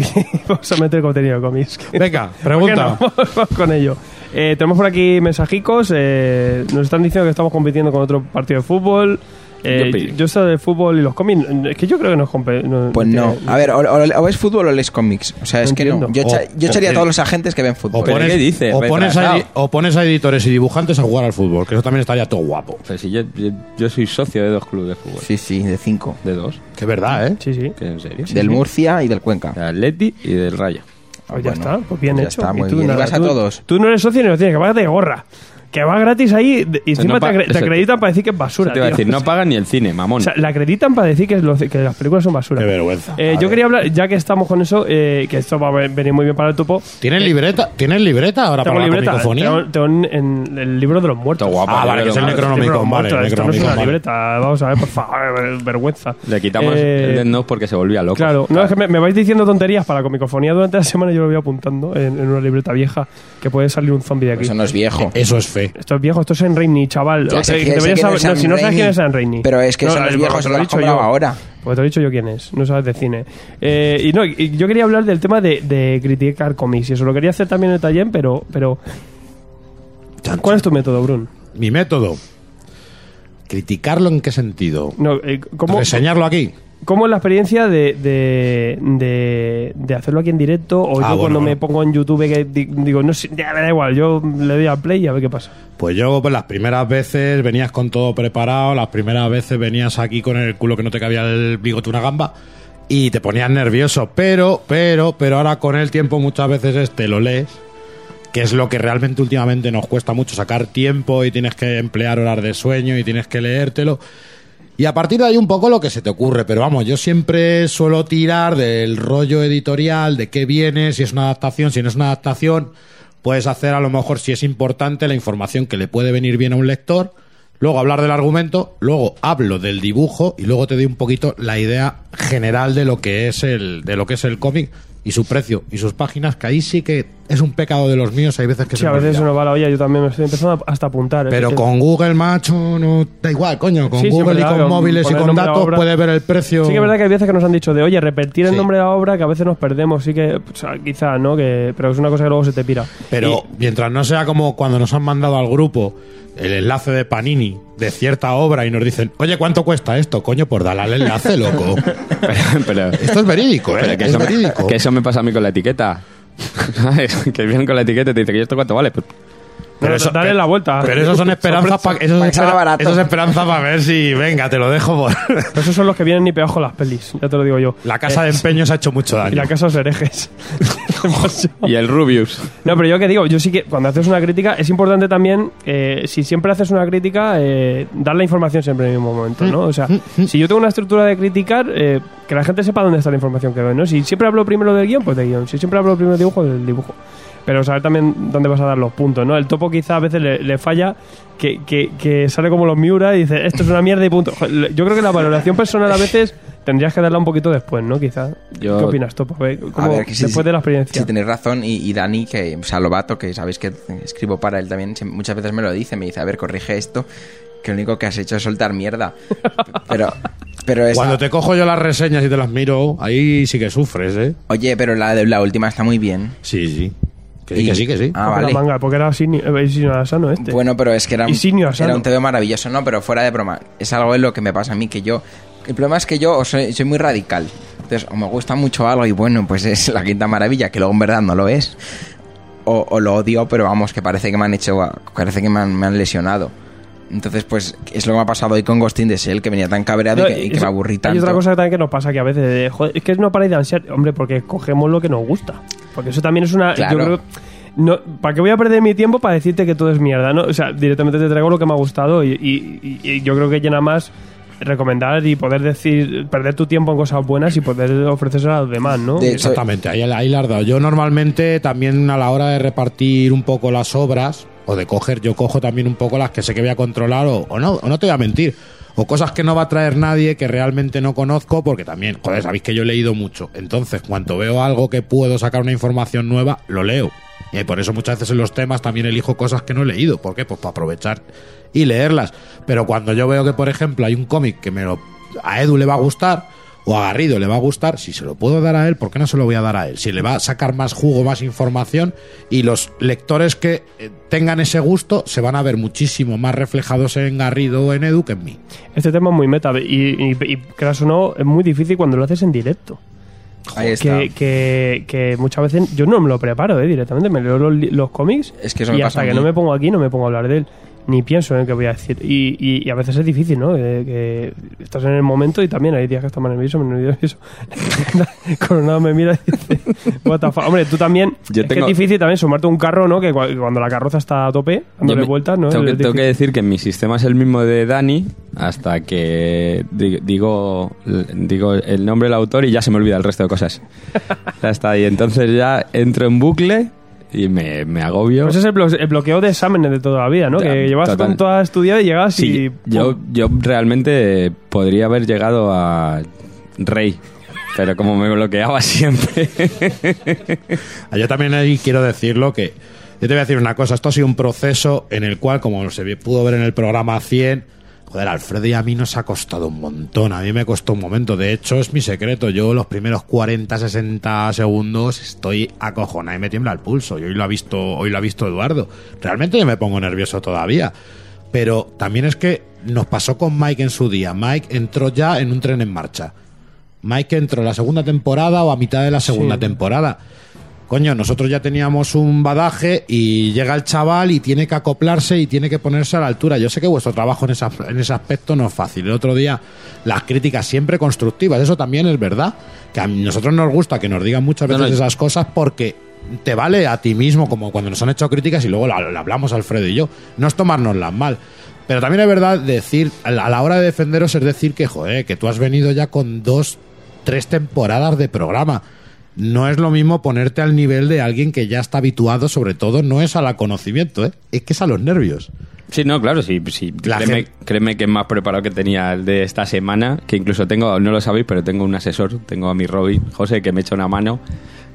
Speaker 1: y- vamos a meter contenido de cómics.
Speaker 3: Venga,
Speaker 1: ¿Por qué
Speaker 3: pregunta.
Speaker 1: no? Vamos con ello. Eh, tenemos por aquí mensajicos. eh, nos están diciendo que estamos compitiendo con otro partido de fútbol. Eh,
Speaker 2: Yupi.
Speaker 1: yo sé de fútbol y los cómics. Es que yo creo que nos compe- no-
Speaker 4: Pues no. A ver, o, o- o ves fútbol o lees cómics. O sea, es
Speaker 1: No
Speaker 4: que no.
Speaker 1: entiendo.
Speaker 4: Yo, echa-
Speaker 3: O-
Speaker 4: yo echaría
Speaker 3: o-
Speaker 4: a todos los agentes que ven
Speaker 3: O
Speaker 4: fútbol.
Speaker 2: pero
Speaker 3: pones,
Speaker 2: ¿qué dices?
Speaker 3: o pones a,
Speaker 2: Retrasado.
Speaker 3: edi- o pones a editores y dibujantes a jugar al fútbol, que eso también estaría todo guapo.
Speaker 2: Pues si yo, yo- yo soy socio de dos clubes de fútbol.
Speaker 4: Sí, sí, de cinco.
Speaker 2: ¿De dos?
Speaker 3: Que es verdad, ¿eh?
Speaker 1: Sí, sí.
Speaker 2: ¿Que ¿En serio?
Speaker 4: Del Murcia y del Cuenca.
Speaker 2: De Atleti y del Rayo.
Speaker 1: Pues ya
Speaker 4: Bueno,
Speaker 1: está, pues bien
Speaker 4: pues ya
Speaker 1: hecho.
Speaker 4: está,
Speaker 1: Y
Speaker 4: muy
Speaker 1: tú,
Speaker 4: bien. Y
Speaker 1: nada,
Speaker 4: vas a
Speaker 1: tú-
Speaker 4: todos.
Speaker 1: Tú no eres socio ni lo tienes, que vas de gorra. Que va gratis ahí de- y
Speaker 2: sea,
Speaker 1: encima
Speaker 2: no pa-
Speaker 1: te, acre- te
Speaker 2: eso te-
Speaker 1: acreditan para decir que es basura.
Speaker 2: te iba a
Speaker 1: tío.
Speaker 2: decir, no pagan ni el cine,
Speaker 1: O
Speaker 2: mamón.
Speaker 1: sea, la acreditan para decir que, es lo- que las películas son basura.
Speaker 3: Qué vergüenza.
Speaker 1: Eh, yo quería hablar, ya que estamos con eso, eh, que esto va a ven- venir muy bien para el topo.
Speaker 3: ¿Tienes libreta, ¿tienes libreta ahora
Speaker 1: Tengo
Speaker 3: para la
Speaker 1: libreta,
Speaker 3: microfonía?
Speaker 1: tengo, tengo en, en el libro de los muertos.
Speaker 2: Está guapo.
Speaker 3: Ah, vale, que es el
Speaker 2: Vale,
Speaker 3: Necronomicon, vale. el
Speaker 1: Esto no es una
Speaker 3: Necronomicon, vale.
Speaker 1: libreta, vamos a ver, por favor, ver- vergüenza.
Speaker 2: Le quitamos
Speaker 1: Eh,
Speaker 2: el Death Note porque se volvía loco.
Speaker 1: Claro, no, es que me, me vais diciendo tonterías para la comicofonía durante la semana, yo lo voy apuntando en, en una libreta vieja, que puede salir un zombie de aquí.
Speaker 4: Eso no es viejo.
Speaker 3: Eso es fe.
Speaker 1: Esto es viejo, esto es en Rainy, chaval.
Speaker 4: Ya
Speaker 1: O sea,
Speaker 4: sé
Speaker 1: que
Speaker 4: que- sé
Speaker 1: deberías
Speaker 4: que
Speaker 1: saber-
Speaker 4: es
Speaker 1: no,
Speaker 4: Sam
Speaker 1: si no sabes
Speaker 4: Raimi,
Speaker 1: quién es San Rainy.
Speaker 4: Pero es que eso no es viejo, se lo has comprado ahora.
Speaker 1: Pues te lo he dicho yo quién es, no sabes de cine. Eh, y no, y yo quería hablar del tema de, de criticar cómics, y eso lo quería hacer también en el taller, pero, pero. ¿Cuál es tu método, Brun?
Speaker 3: Mi método. ¿Criticarlo en qué sentido?
Speaker 1: No, eh, ¿cómo,
Speaker 3: ¿Reseñarlo aquí?
Speaker 1: ¿Cómo es la experiencia de, de, de, de hacerlo aquí en directo? O yo
Speaker 3: Ah, bueno,
Speaker 1: cuando me
Speaker 3: bueno.
Speaker 1: pongo en YouTube que di- digo, no sé, ya me da igual, yo le doy al play y a ver qué pasa.
Speaker 3: Pues yo, pues las primeras veces venías con todo preparado, las primeras veces venías aquí con el culo que no te cabía el bigote una gamba y te ponías nervioso. Pero, pero, pero ahora con el tiempo muchas veces este lo lees, que es lo que realmente últimamente nos cuesta mucho, sacar tiempo y tienes que emplear horas de sueño y tienes que leértelo. Y a partir de ahí un poco lo que se te ocurre, pero vamos, yo siempre suelo tirar del rollo editorial, de qué viene, si es una adaptación, si no es una adaptación, puedes hacer a lo mejor si es importante la información que le puede venir bien a un lector, luego hablar del argumento, luego hablo del dibujo y luego te doy un poquito la idea general de lo que es el de lo que es el cómic y su precio y sus páginas, que ahí sí que es un pecado de los míos, hay veces que
Speaker 1: Sí,
Speaker 3: se
Speaker 1: a
Speaker 3: me
Speaker 1: veces se
Speaker 3: olvida.
Speaker 1: nos va la olla. Yo también me estoy empezando a- hasta a apuntar. ¿eh?
Speaker 3: Pero
Speaker 1: Porque-
Speaker 3: con Google, macho, no da igual, coño. Con
Speaker 1: Sí, sí,
Speaker 3: Google
Speaker 1: verdad,
Speaker 3: y
Speaker 1: con
Speaker 3: con móviles y
Speaker 1: poner
Speaker 3: con
Speaker 1: nombre a la
Speaker 3: datos
Speaker 1: obra.
Speaker 3: puedes ver el precio.
Speaker 1: Sí que es verdad que hay veces que nos han dicho de, oye, repetir el
Speaker 3: Sí.
Speaker 1: nombre de la obra, que a veces nos perdemos, sí que, o sea, quizá, ¿no? Que, pero es una cosa que luego se te pira.
Speaker 3: Pero mientras no sea como cuando nos han mandado al grupo el enlace de Panini de cierta obra y nos dicen, oye, ¿cuánto cuesta esto? Coño, por darle al enlace, loco.
Speaker 2: Pero, pero-
Speaker 3: Esto es verídico, ¿eh?
Speaker 2: pero que,
Speaker 3: es
Speaker 2: eso
Speaker 3: verídico.
Speaker 2: me, que eso me pasa a mí con la etiqueta. ¿Sabes? que vienen con la etiqueta y te dicen, ¿y esto cuánto vale? Pues,
Speaker 1: Pero
Speaker 3: eso-
Speaker 1: dale
Speaker 3: que-
Speaker 1: la vuelta.
Speaker 3: Pero eso son esperanzas para eso
Speaker 4: para que salga barato.
Speaker 3: es esperanza para ver si, venga, te lo dejo por...
Speaker 1: Pero esos son los que vienen ni pegajo las pelis, ya te lo digo yo.
Speaker 3: La casa de empeños ha hecho mucho
Speaker 1: Y
Speaker 3: daño.
Speaker 1: la casa de los herejes.
Speaker 2: y el Rubius.
Speaker 1: No, pero yo que digo, yo sí que cuando haces una crítica es importante también, eh, si siempre haces una crítica, eh, dar la información siempre en el mismo momento, ¿no? O sea, si yo tengo una estructura de criticar, eh, que la gente sepa dónde está la información que doy, ¿no? Si siempre hablo primero del guión, pues del guión. Si siempre hablo primero del dibujo, del dibujo. Pero saber también dónde vas a dar los puntos, ¿no? El topo quizá a veces le, le falla que, que- que sale como los Miura y dice, esto es una mierda y punto. Joder, le- Yo creo que la valoración personal a veces tendrías que darla un poquito después, ¿no? Quizá.
Speaker 2: Yo-
Speaker 1: ¿Qué opinas, topo? A ver, ¿cómo-
Speaker 4: ver, que sí,
Speaker 1: después
Speaker 4: sí.
Speaker 1: de la experiencia.
Speaker 4: Si tenéis razón, y, y Dani, que, o sea, Lobato, que sabéis que escribo para él también, se- muchas veces me lo dice, me dice, a ver, corrige esto, que lo único que has hecho es soltar mierda. Pero, pero esa-
Speaker 3: Cuando te cojo yo las reseñas y te las miro, ahí sí que sufres, ¿eh?
Speaker 4: Oye, pero la, la última está muy bien.
Speaker 3: Sí, sí. Que,
Speaker 4: Y-
Speaker 3: que sí, que sí.
Speaker 4: Ah,
Speaker 1: Por la
Speaker 4: vale.
Speaker 1: manga, porque era Sinio, eh, Sinio Asano este.
Speaker 4: Bueno, pero es que era,
Speaker 1: Y Sinio Asano.
Speaker 4: era un tebeo maravilloso, no, pero fuera de broma. Es algo de lo que me pasa a mí, que yo... El problema es que yo o soy, soy muy radical. Entonces, o me gusta mucho algo y bueno, pues es la quinta maravilla, que luego en verdad no lo es. O, o lo odio, pero vamos, que parece que me han hecho... Parece que me han, me han lesionado. Entonces, pues es lo que me ha pasado hoy con Ghost in the Shell, que venía tan cabreado
Speaker 1: No,
Speaker 4: y, que, y que
Speaker 1: es-
Speaker 4: me aburrí tanto.
Speaker 1: Hay otra cosa también que nos pasa que a veces, de, joder, es que no paráis de ansiar, hombre, porque cogemos lo que nos gusta. Porque eso también es una... Yo
Speaker 4: Claro.
Speaker 1: creo, no, ¿Para qué voy a perder mi tiempo para decirte que todo es mierda? ¿no? O sea, directamente te traigo lo que me ha gustado y, y- y- y yo creo que llena más recomendar y poder decir, perder tu tiempo en cosas buenas y poder ofrecerse a los demás, ¿no?
Speaker 4: De hecho,
Speaker 3: Exactamente, ahí, ahí la has dado. Yo normalmente también a la hora de repartir un poco las obras o de coger, yo cojo también un poco las que sé que voy a controlar o, o no, o no te voy a mentir. O cosas que no va a traer nadie que realmente no conozco, porque también, joder, sabéis que yo he leído mucho. Entonces, cuando veo algo que puedo sacar una información nueva, lo leo. Y por eso muchas veces en los temas también elijo cosas que no he leído. ¿Por qué? Pues para aprovechar y leerlas. Pero cuando yo veo que, por ejemplo, hay un cómic que me lo, a Edu le va a gustar, o a Garrido le va a gustar, si se lo puedo dar a él, ¿por qué no se lo voy a dar a él? Si le va a sacar más jugo, más información, y los lectores que eh, tengan ese gusto se van a ver muchísimo más reflejados en Garrido o en Edu que en mí.
Speaker 1: Este tema es muy meta y, y, y creas o no, es muy difícil cuando lo haces en directo.
Speaker 4: ahí está.
Speaker 1: que, que, que muchas veces yo no me lo preparo eh, directamente, me leo los, li- los cómics
Speaker 4: Es que eso
Speaker 1: y
Speaker 4: me
Speaker 1: hasta
Speaker 4: pasa a
Speaker 1: que
Speaker 4: mí.
Speaker 1: no me pongo aquí no me pongo a hablar de él, ni pienso en qué voy a decir. Y, y- y a veces es difícil, ¿no? Eh, que estás en el momento y también hay días que estás más nervioso, menos nervioso. Coronado me mira y dice, what the fuck. Hombre, tú también,
Speaker 2: Yo
Speaker 1: es
Speaker 2: tengo-
Speaker 1: que es difícil también sumarte a un carro, ¿no? Que cua- cuando la carroza está a tope, dándole
Speaker 2: Yo me-
Speaker 1: vueltas, ¿no?
Speaker 2: Tengo, que,
Speaker 1: Es
Speaker 2: tengo que
Speaker 1: difícil.
Speaker 2: decir que mi sistema es el mismo de Dani hasta que di- digo, digo el nombre del autor y ya se me olvida el resto de cosas. ya está ahí. Entonces ya entro en bucle y me, me agobio.
Speaker 1: Pero Pues ese es el, blo- el bloqueo de exámenes de toda la vida, ¿no?
Speaker 2: Ya,
Speaker 1: que llevas
Speaker 2: total.
Speaker 1: con toda estudiada y llegas y...
Speaker 2: Sí, yo, yo realmente podría haber llegado a Rey, pero como me bloqueaba siempre.
Speaker 3: Ah, Yo también ahí quiero decirlo que yo te voy a decir una cosa, esto ha sido un proceso en el cual, como se vi- pudo ver en el programa 100, joder, Alfredo y a mí nos ha costado un montón, a mí me costó un momento, de hecho es mi secreto, yo los primeros 40, 60 segundos estoy acojonado y me tiembla el pulso, y hoy lo ha visto, hoy lo ha visto Eduardo, realmente yo me pongo nervioso todavía. Pero también es que nos pasó con Mike en su día. Mike entró ya en un tren en marcha. Mike entró la segunda temporada o a mitad de la segunda temporada. Coño, nosotros ya teníamos un badaje y llega el chaval y tiene que acoplarse y tiene que ponerse a la altura. Yo sé que vuestro trabajo en, esa- en ese aspecto no es fácil. El otro día, las críticas siempre constructivas, eso también es verdad. Que a nosotros nos gusta que nos digan muchas veces
Speaker 2: no,
Speaker 3: esas cosas porque te vale a ti mismo, como cuando nos han hecho críticas y luego la, la hablamos Alfredo y yo. No es tomárnoslas mal. Pero también es verdad decir, a la a la hora de defenderos es decir que, joder, que tú has venido ya con dos, tres temporadas de programa. No es lo mismo ponerte al nivel de alguien que ya está habituado, sobre todo no es a la conocimiento, ¿eh? es que es a los nervios.
Speaker 2: Sí, no, claro, sí. sí.
Speaker 3: La
Speaker 2: Créeme,
Speaker 3: gente-
Speaker 2: créeme que es más preparado que tenía el de esta semana, que incluso tengo, no lo sabéis, pero tengo un asesor, tengo a mi Robin, José, que me echa una mano,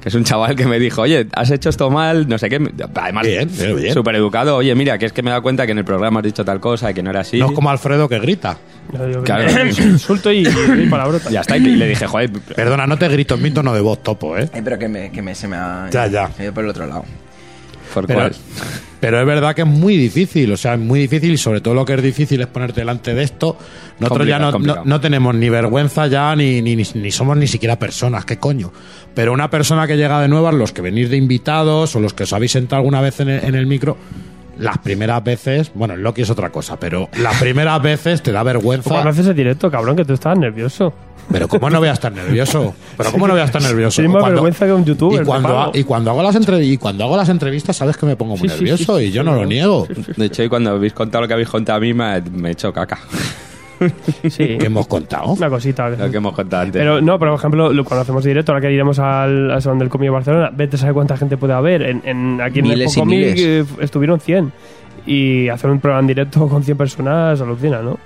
Speaker 2: que es un chaval que me dijo, oye, has hecho esto mal, no sé qué. Además,
Speaker 3: Bien, pero bien.
Speaker 2: súper educado, oye, mira, que es que me he dado cuenta que en el programa has dicho tal cosa, que no era así.
Speaker 3: No es como Alfredo que grita.
Speaker 1: No, yo-
Speaker 2: Claro.
Speaker 1: Insulto y, y palabrota.
Speaker 2: Ya está, y le dije, joder,
Speaker 3: Perdona, no te grito en mi tono de voz, topo, ¿eh?
Speaker 4: Eh, pero que me, que me se me ha.
Speaker 3: Ya, ya.
Speaker 4: Se me ha ido por el otro lado.
Speaker 2: ¿por
Speaker 3: Pero,
Speaker 2: cuál?
Speaker 3: pero es verdad que es muy difícil, o sea, es muy difícil y sobre todo lo que es difícil es ponerte delante de esto. Nosotros
Speaker 2: Complicado,
Speaker 3: ya no- no,
Speaker 2: complicado.
Speaker 3: no tenemos ni vergüenza ya, ni, ni, ni- ni somos ni siquiera personas, qué coño. Pero una persona que llega de nueva, los que venís de invitados o los que os habéis sentado alguna vez en el, en el micro, las primeras veces, bueno, el Loki es otra cosa, pero las primeras veces te da vergüenza.
Speaker 1: ¿Cuándo haces el directo, cabrón? Que tú estabas nervioso.
Speaker 3: Pero cómo no voy a estar nervioso. Pero cómo no voy a estar nervioso.
Speaker 1: Soy más vergüenza que un youtuber,
Speaker 3: Y cuando,
Speaker 1: te
Speaker 3: ha-
Speaker 1: pago.
Speaker 3: y cuando hago las entre- y cuando hago las entrevistas, sabes que me pongo muy
Speaker 1: Sí, sí,
Speaker 3: nervioso
Speaker 1: sí, sí,
Speaker 3: y yo
Speaker 1: sí,
Speaker 3: no lo
Speaker 1: sí.
Speaker 3: niego.
Speaker 2: De hecho, y cuando habéis contado lo que habéis contado a mí, me, ha- me he hecho caca.
Speaker 1: Sí.
Speaker 3: Que hemos contado.
Speaker 1: Una cosita.
Speaker 2: Lo que hemos contado antes.
Speaker 1: Pero no, pero, por ejemplo, lo- cuando hacemos directo, ahora que iremos al, al Salón del Cómic de Barcelona, vete a saber cuánta gente puede haber. En, en- aquí en
Speaker 4: Miles y
Speaker 1: el Comic
Speaker 4: miles.
Speaker 1: eh, estuvieron 100. Y hacer un programa en directo con 100 personas alucina, ¿no?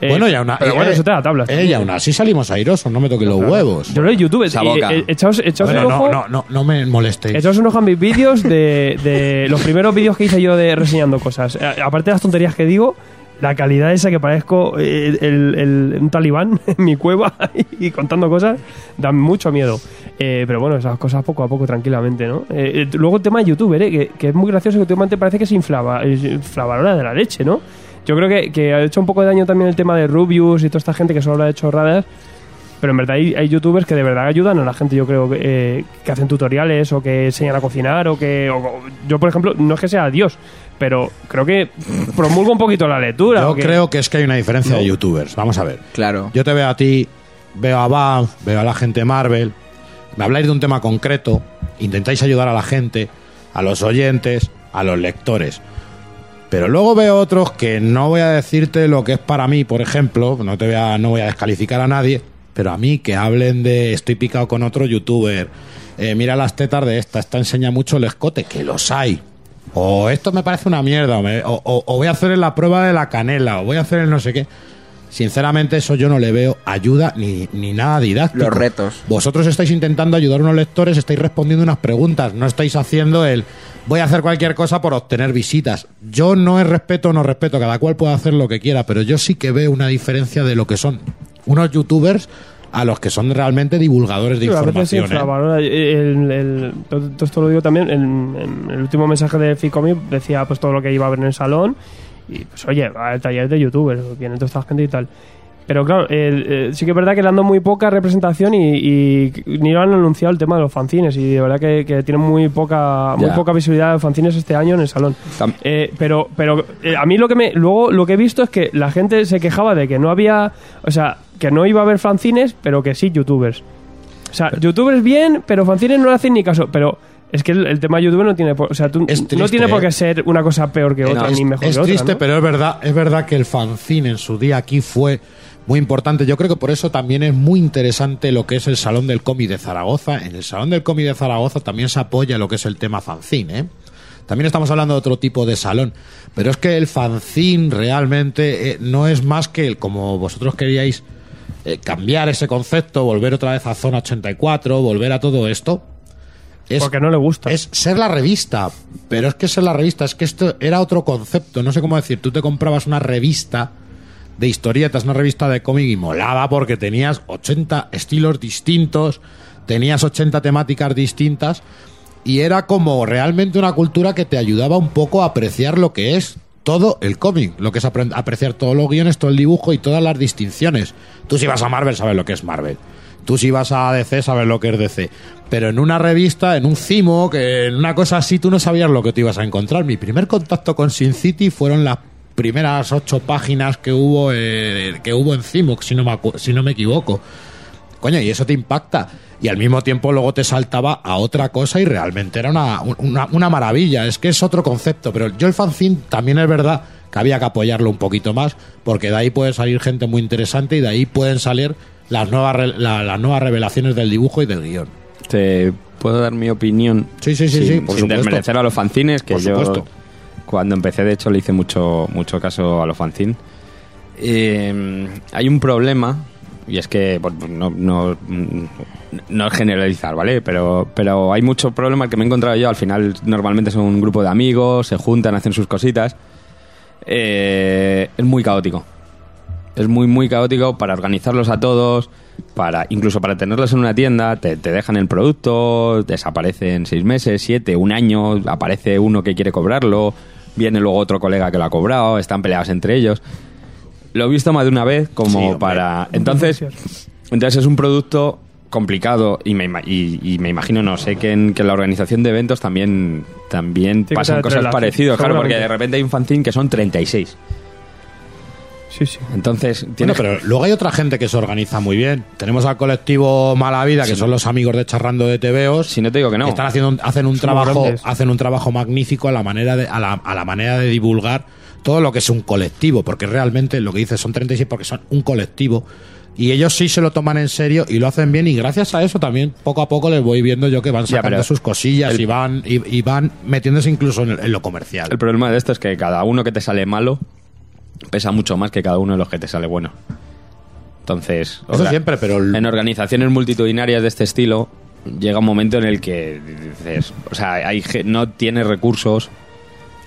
Speaker 1: Eh,
Speaker 3: bueno, ya una.
Speaker 1: Pero bueno, eso te da tablas.
Speaker 3: Eh, y aún así salimos airosos, no me toque los huevos.
Speaker 1: Yo lo de YouTube,
Speaker 2: Esa
Speaker 1: eh,
Speaker 2: boca.
Speaker 1: eh, echaos, echaos
Speaker 3: Bueno,
Speaker 1: un ojo.
Speaker 3: no, no, no, no me molestéis.
Speaker 1: Echaos un ojo a mis vídeos de, de los primeros vídeos que hice yo de reseñando cosas. A- Aparte de las tonterías que digo, la calidad esa que parezco eh, el- el- un talibán en mi cueva y contando cosas, dan mucho miedo. Eh, pero bueno, esas cosas poco a poco, tranquilamente, ¿no? Eh, eh, luego el tema de youtuber, eh, que, que es muy gracioso que tu mente parece que se inflaba, eh, se inflaba la de la leche, ¿no? Yo creo que, que ha hecho un poco de daño también el tema de Rubius y toda esta gente que solo habla de chorradas. Pero en verdad hay, hay youtubers que de verdad ayudan a la gente, yo creo, que, eh, que hacen tutoriales o que enseñan a cocinar o que... o- o- yo, por ejemplo, no es que sea Dios, pero creo que promulgo un poquito la lectura.
Speaker 3: Yo
Speaker 1: o que-
Speaker 3: creo que es que hay una diferencia de youtubers. Vamos a ver.
Speaker 4: Claro.
Speaker 3: Yo te veo a ti, veo a Bam, veo a la gente Marvel, me habláis de un tema concreto, intentáis ayudar a la gente, a los oyentes, a los lectores. Pero luego veo otros que no voy a decirte lo que es para mí, por ejemplo, no te voy a, no voy a descalificar a nadie, pero a mí que hablen de estoy picado con otro youtuber, eh, mira las tetas de esta, esta enseña mucho el escote, que los hay. O esto me parece una mierda, o, me- o- o- o voy a hacer la prueba de la canela, o voy a hacer el no sé qué. Sinceramente, eso yo no le veo ayuda ni, ni nada didáctico.
Speaker 4: Los retos.
Speaker 3: Vosotros estáis intentando ayudar a unos lectores, estáis respondiendo unas preguntas, no estáis haciendo el voy a hacer cualquier cosa por obtener visitas. Yo no es respeto, no respeto, cada cual puede hacer lo que quiera, pero yo sí que veo una diferencia de lo que son unos youtubers a los que son realmente divulgadores de
Speaker 1: Sí, a veces se
Speaker 3: información.
Speaker 1: infravalora.
Speaker 3: ¿eh?
Speaker 1: El- el- todo- todo esto lo digo también. En, en el último mensaje de Ficomi decía pues todo lo que iba a haber en el salón. Y pues oye, va al taller de youtubers, viene toda esta gente y tal. Pero claro, el- eh, sí que es verdad que le han dado muy poca representación y, y ni lo han anunciado el tema de los fanzines. Y de verdad que, que tienen muy poca, muy
Speaker 2: Ya.
Speaker 1: poca visibilidad de los fanzines este año en el salón.
Speaker 2: Tam-
Speaker 1: Eh, pero pero eh, a mí lo que me luego lo que he visto es que la gente se quejaba de que no había, o sea, que no iba a haber fanzines, pero que sí youtubers. O sea, youtubers bien, pero fanzines no le hacen ni caso. Pero es que el, el tema youtuber no tiene por, o sea, tú-
Speaker 3: Es
Speaker 1: no
Speaker 3: triste,
Speaker 1: tiene por
Speaker 3: ¿eh?
Speaker 1: qué ser una cosa peor que otra,
Speaker 3: es,
Speaker 1: ni mejor
Speaker 3: es
Speaker 1: que otra.
Speaker 3: triste,
Speaker 1: ¿no?
Speaker 3: pero es verdad, es verdad que el fanzine en su día aquí fue muy importante. Yo creo que por eso también es muy interesante lo que es el Salón del Cómic de Zaragoza. En el Salón del Cómic de Zaragoza también se apoya lo que es el tema fanzine. ¿eh? También estamos hablando de otro tipo de salón, pero es que el fanzine realmente eh, no es más que el como vosotros queríais eh, cambiar ese concepto, volver otra vez a Zona 84, volver a todo esto. Es,
Speaker 1: Porque no le gusta.
Speaker 3: es ser la revista, pero es que ser la revista, es que esto era otro concepto, no sé cómo decir, tú te comprabas una revista de historietas, una revista de cómic y molaba porque tenías 80 estilos distintos, tenías 80 temáticas distintas y era como realmente una cultura que te ayudaba un poco a apreciar lo que es todo el cómic, lo que es apre- apreciar todos los guiones, todo el dibujo y todas las distinciones. Tú si vas a Marvel sabes lo que es Marvel. Tú si vas a DC sabes lo que es DC. Pero en una revista, en un cimo, que en una cosa así, tú no sabías lo que te ibas a encontrar. Mi primer contacto con Sin City fueron las primeras ocho páginas que hubo eh, que hubo en Cimoc, si no me, acu- si no me equivoco. Coño, y eso te impacta. Y al mismo tiempo luego te saltaba a otra cosa y realmente era una, una, una maravilla. Es que es otro concepto. Pero yo el fanzine también es verdad que había que apoyarlo un poquito más, porque de ahí puede salir gente muy interesante y de ahí pueden salir las nuevas, re- la- las nuevas revelaciones del dibujo y del guión.
Speaker 2: Te puedo dar mi opinión.
Speaker 3: Sí, sí, sí,
Speaker 2: sin,
Speaker 3: sí, por
Speaker 2: sin
Speaker 3: supuesto.
Speaker 2: desmerecer a los fanzines, que
Speaker 3: Por
Speaker 2: yo
Speaker 3: supuesto.
Speaker 2: cuando empecé, de hecho, le hice mucho, mucho caso a los fanzines. Eh, hay un problema, y es que bueno, no, no, mm, no es generalizar, ¿vale? Pero, pero hay mucho problema que me he encontrado yo. Al final, normalmente son un grupo de amigos, se juntan, hacen sus cositas. Eh, es muy caótico. Es muy, muy caótico para organizarlos a todos, para incluso para tenerlos en una tienda, te, te dejan el producto, desaparecen seis meses, siete, un año, aparece uno que quiere cobrarlo, viene luego otro colega que lo ha cobrado, están peleados entre ellos. Lo he visto más de una vez como para... Entonces, entonces es un producto complicado y me, ima- y, y me imagino, no sé, que en, que en la organización de eventos también, también
Speaker 1: que
Speaker 2: pasan
Speaker 1: estar
Speaker 2: cosas
Speaker 1: entrelazados,
Speaker 2: parecidas, claro, porque de
Speaker 1: seguramente.
Speaker 2: repente hay un fanzine que son 36.
Speaker 1: Sí, sí.
Speaker 2: Entonces,
Speaker 3: Bueno,
Speaker 2: tiene
Speaker 3: pero luego hay otra gente que se organiza muy bien. Tenemos al colectivo Mala Vida, que son los amigos de Charrando de TVOs.
Speaker 2: Si no te digo que no.
Speaker 3: que están haciendo un- hacen un
Speaker 1: Son
Speaker 3: trabajo
Speaker 1: grandes.
Speaker 3: hacen un trabajo magnífico a la manera de a la, a la manera de divulgar todo lo que es un colectivo porque realmente lo que dices son 36 porque son un colectivo y ellos sí se lo toman en serio y lo hacen bien y gracias a eso también poco a poco les voy viendo yo que van
Speaker 2: Ya,
Speaker 3: sacando
Speaker 2: pero
Speaker 3: sus cosillas
Speaker 2: el-
Speaker 3: y van y, y van metiéndose incluso en, el- en lo comercial
Speaker 2: El problema de esto es que cada uno que te sale malo pesa mucho más que cada uno de los que te sale bueno. Entonces,
Speaker 3: Eso siempre, pero el-
Speaker 2: en organizaciones multitudinarias de este estilo llega un momento en el que dices, o sea, hay, ge- no tiene recursos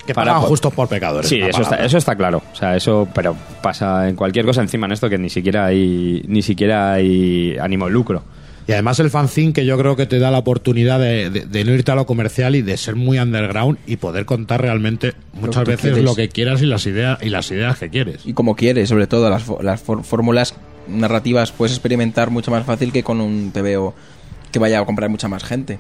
Speaker 3: que
Speaker 2: para-
Speaker 3: pagan justos por pecadores
Speaker 2: Sí,
Speaker 3: la
Speaker 2: eso está,
Speaker 3: palabra.
Speaker 2: eso está claro. O sea, eso, pero pasa en cualquier cosa encima en esto que ni siquiera hay ni siquiera hay ánimo de lucro.
Speaker 3: Y además el fanzine que yo creo que te da la oportunidad de, de- de no irte a lo comercial y de ser muy underground y poder contar realmente muchas
Speaker 4: tú
Speaker 3: veces
Speaker 4: quieres. Mm,
Speaker 3: lo que quieras y las ideas y las ideas que quieres.
Speaker 4: Y como quieres, sobre todo, las, fo- las for- fórmulas narrativas puedes experimentar mucho más fácil que con un TVO que vaya a comprar mucha más gente.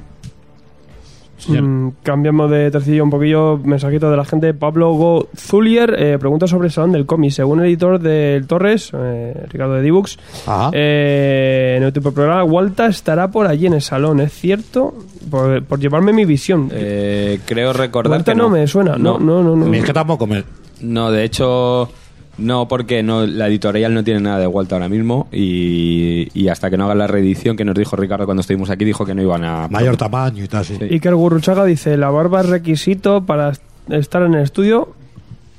Speaker 1: Mm, cambiamos de tercillo un poquillo. Mensajito de la gente. Pablo Go Zulier eh, pregunta sobre el salón del cómic. Según el editor del Torres, eh, Ricardo de Dibux,
Speaker 3: Ajá.
Speaker 1: eh, en el tipo de programa, Walta estará por allí en el salón, ¿es cierto? Por, por llevarme mi visión.
Speaker 2: Eh, creo recordar
Speaker 1: Walta
Speaker 2: que
Speaker 1: no.
Speaker 2: no
Speaker 1: me suena. No, no, no. no,
Speaker 3: A mí es que tampoco me...
Speaker 2: No, de hecho, no, porque no, la editorial no tiene nada de vuelta ahora mismo y, y hasta que no hagan la reedición que nos dijo Ricardo cuando estuvimos aquí, dijo que no iban a...
Speaker 3: mayor tamaño y tal, sí.
Speaker 1: Iker Gurruchaga dice: La barba es requisito para estar en el estudio.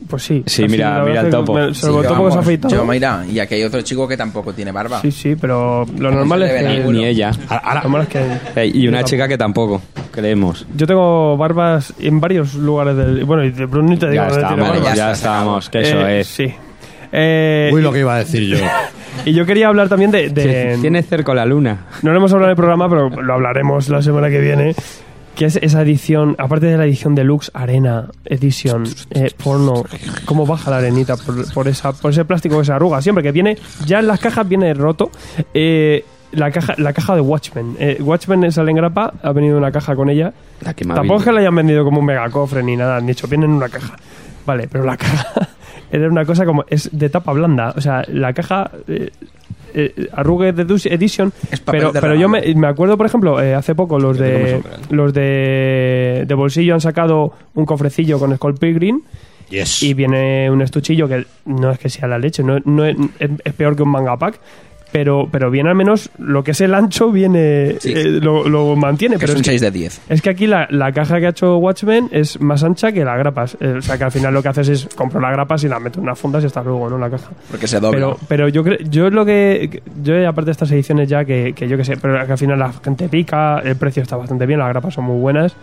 Speaker 1: Pues sí.
Speaker 2: Sí,
Speaker 1: Así,
Speaker 2: mira-
Speaker 1: la verdad
Speaker 2: mira el
Speaker 1: es que
Speaker 2: topo.
Speaker 1: me- Se lo topo
Speaker 4: Pero
Speaker 2: Sí,
Speaker 1: que se ha
Speaker 4: vamos,
Speaker 1: afeitado.
Speaker 4: Yo, mira, y aquí hay otro chico que tampoco tiene barba.
Speaker 1: Sí, sí, pero lo normal es
Speaker 4: se le ve
Speaker 1: que.
Speaker 4: ninguno.
Speaker 2: Ni ella.
Speaker 1: Lo normal es que.
Speaker 2: Eh, Y una chica que tampoco, creemos.
Speaker 1: Yo tengo barbas en varios lugares del. Bueno, y de Bruno ni te digo
Speaker 2: Ya
Speaker 1: dónde tiene
Speaker 2: estamos,
Speaker 4: vale,
Speaker 1: barba.
Speaker 4: ya
Speaker 2: ya
Speaker 4: está.
Speaker 2: estamos, que eso
Speaker 1: Eh,
Speaker 2: es.
Speaker 1: Sí. Eh,
Speaker 3: Uy, lo que iba a decir yo.
Speaker 1: y yo quería hablar también de. de-
Speaker 2: Tiene cerco la luna.
Speaker 1: No lo hemos hablado en el programa, pero lo hablaremos la semana que viene. Que es esa edición, aparte de la edición deluxe, arena, edición, eh, porno, cómo baja la arenita por, por esa, por ese plástico que se arruga siempre, que viene, ya en las cajas viene roto. Eh, la caja, la caja de Watchmen. Eh, Watchmen sale en grapa, ha venido una caja con ella.
Speaker 2: La que me ha
Speaker 1: Tampoco es que
Speaker 2: venido.
Speaker 1: la hayan vendido como un megacofre ni nada, han dicho, viene en una caja. Vale, pero la caja era una cosa como, es de tapa blanda, o sea, la caja... eh, eh, Arrugue Dedu- Edition,
Speaker 4: Es papel
Speaker 1: pero,
Speaker 4: de
Speaker 1: pero yo
Speaker 4: regalo.
Speaker 1: me, me acuerdo, por ejemplo, eh, hace poco los de los de, de bolsillo han sacado un cofrecillo con Skull Green
Speaker 3: Yes.
Speaker 1: y viene un estuchillo que no es que sea la leche, no, no es, es- es peor que un manga pack, pero, pero viene al menos lo que es el ancho, viene
Speaker 4: Sí.
Speaker 1: eh, lo, lo mantiene.
Speaker 4: que
Speaker 1: pero
Speaker 4: es un
Speaker 1: es que-
Speaker 4: 6 de 10.
Speaker 1: es que aquí la, la caja que ha hecho Watchmen es más ancha que la grapas. Eh, o sea que al final lo que haces es compro la grapas y la meto en unas fundas y hasta luego, ¿no? La caja.
Speaker 4: Porque se dobla.
Speaker 1: Pero, pero yo creo, yo lo que. Yo, aparte de estas ediciones ya que, que yo que sé, pero que al final la gente pica, el precio está bastante bien, las grapas son muy buenas.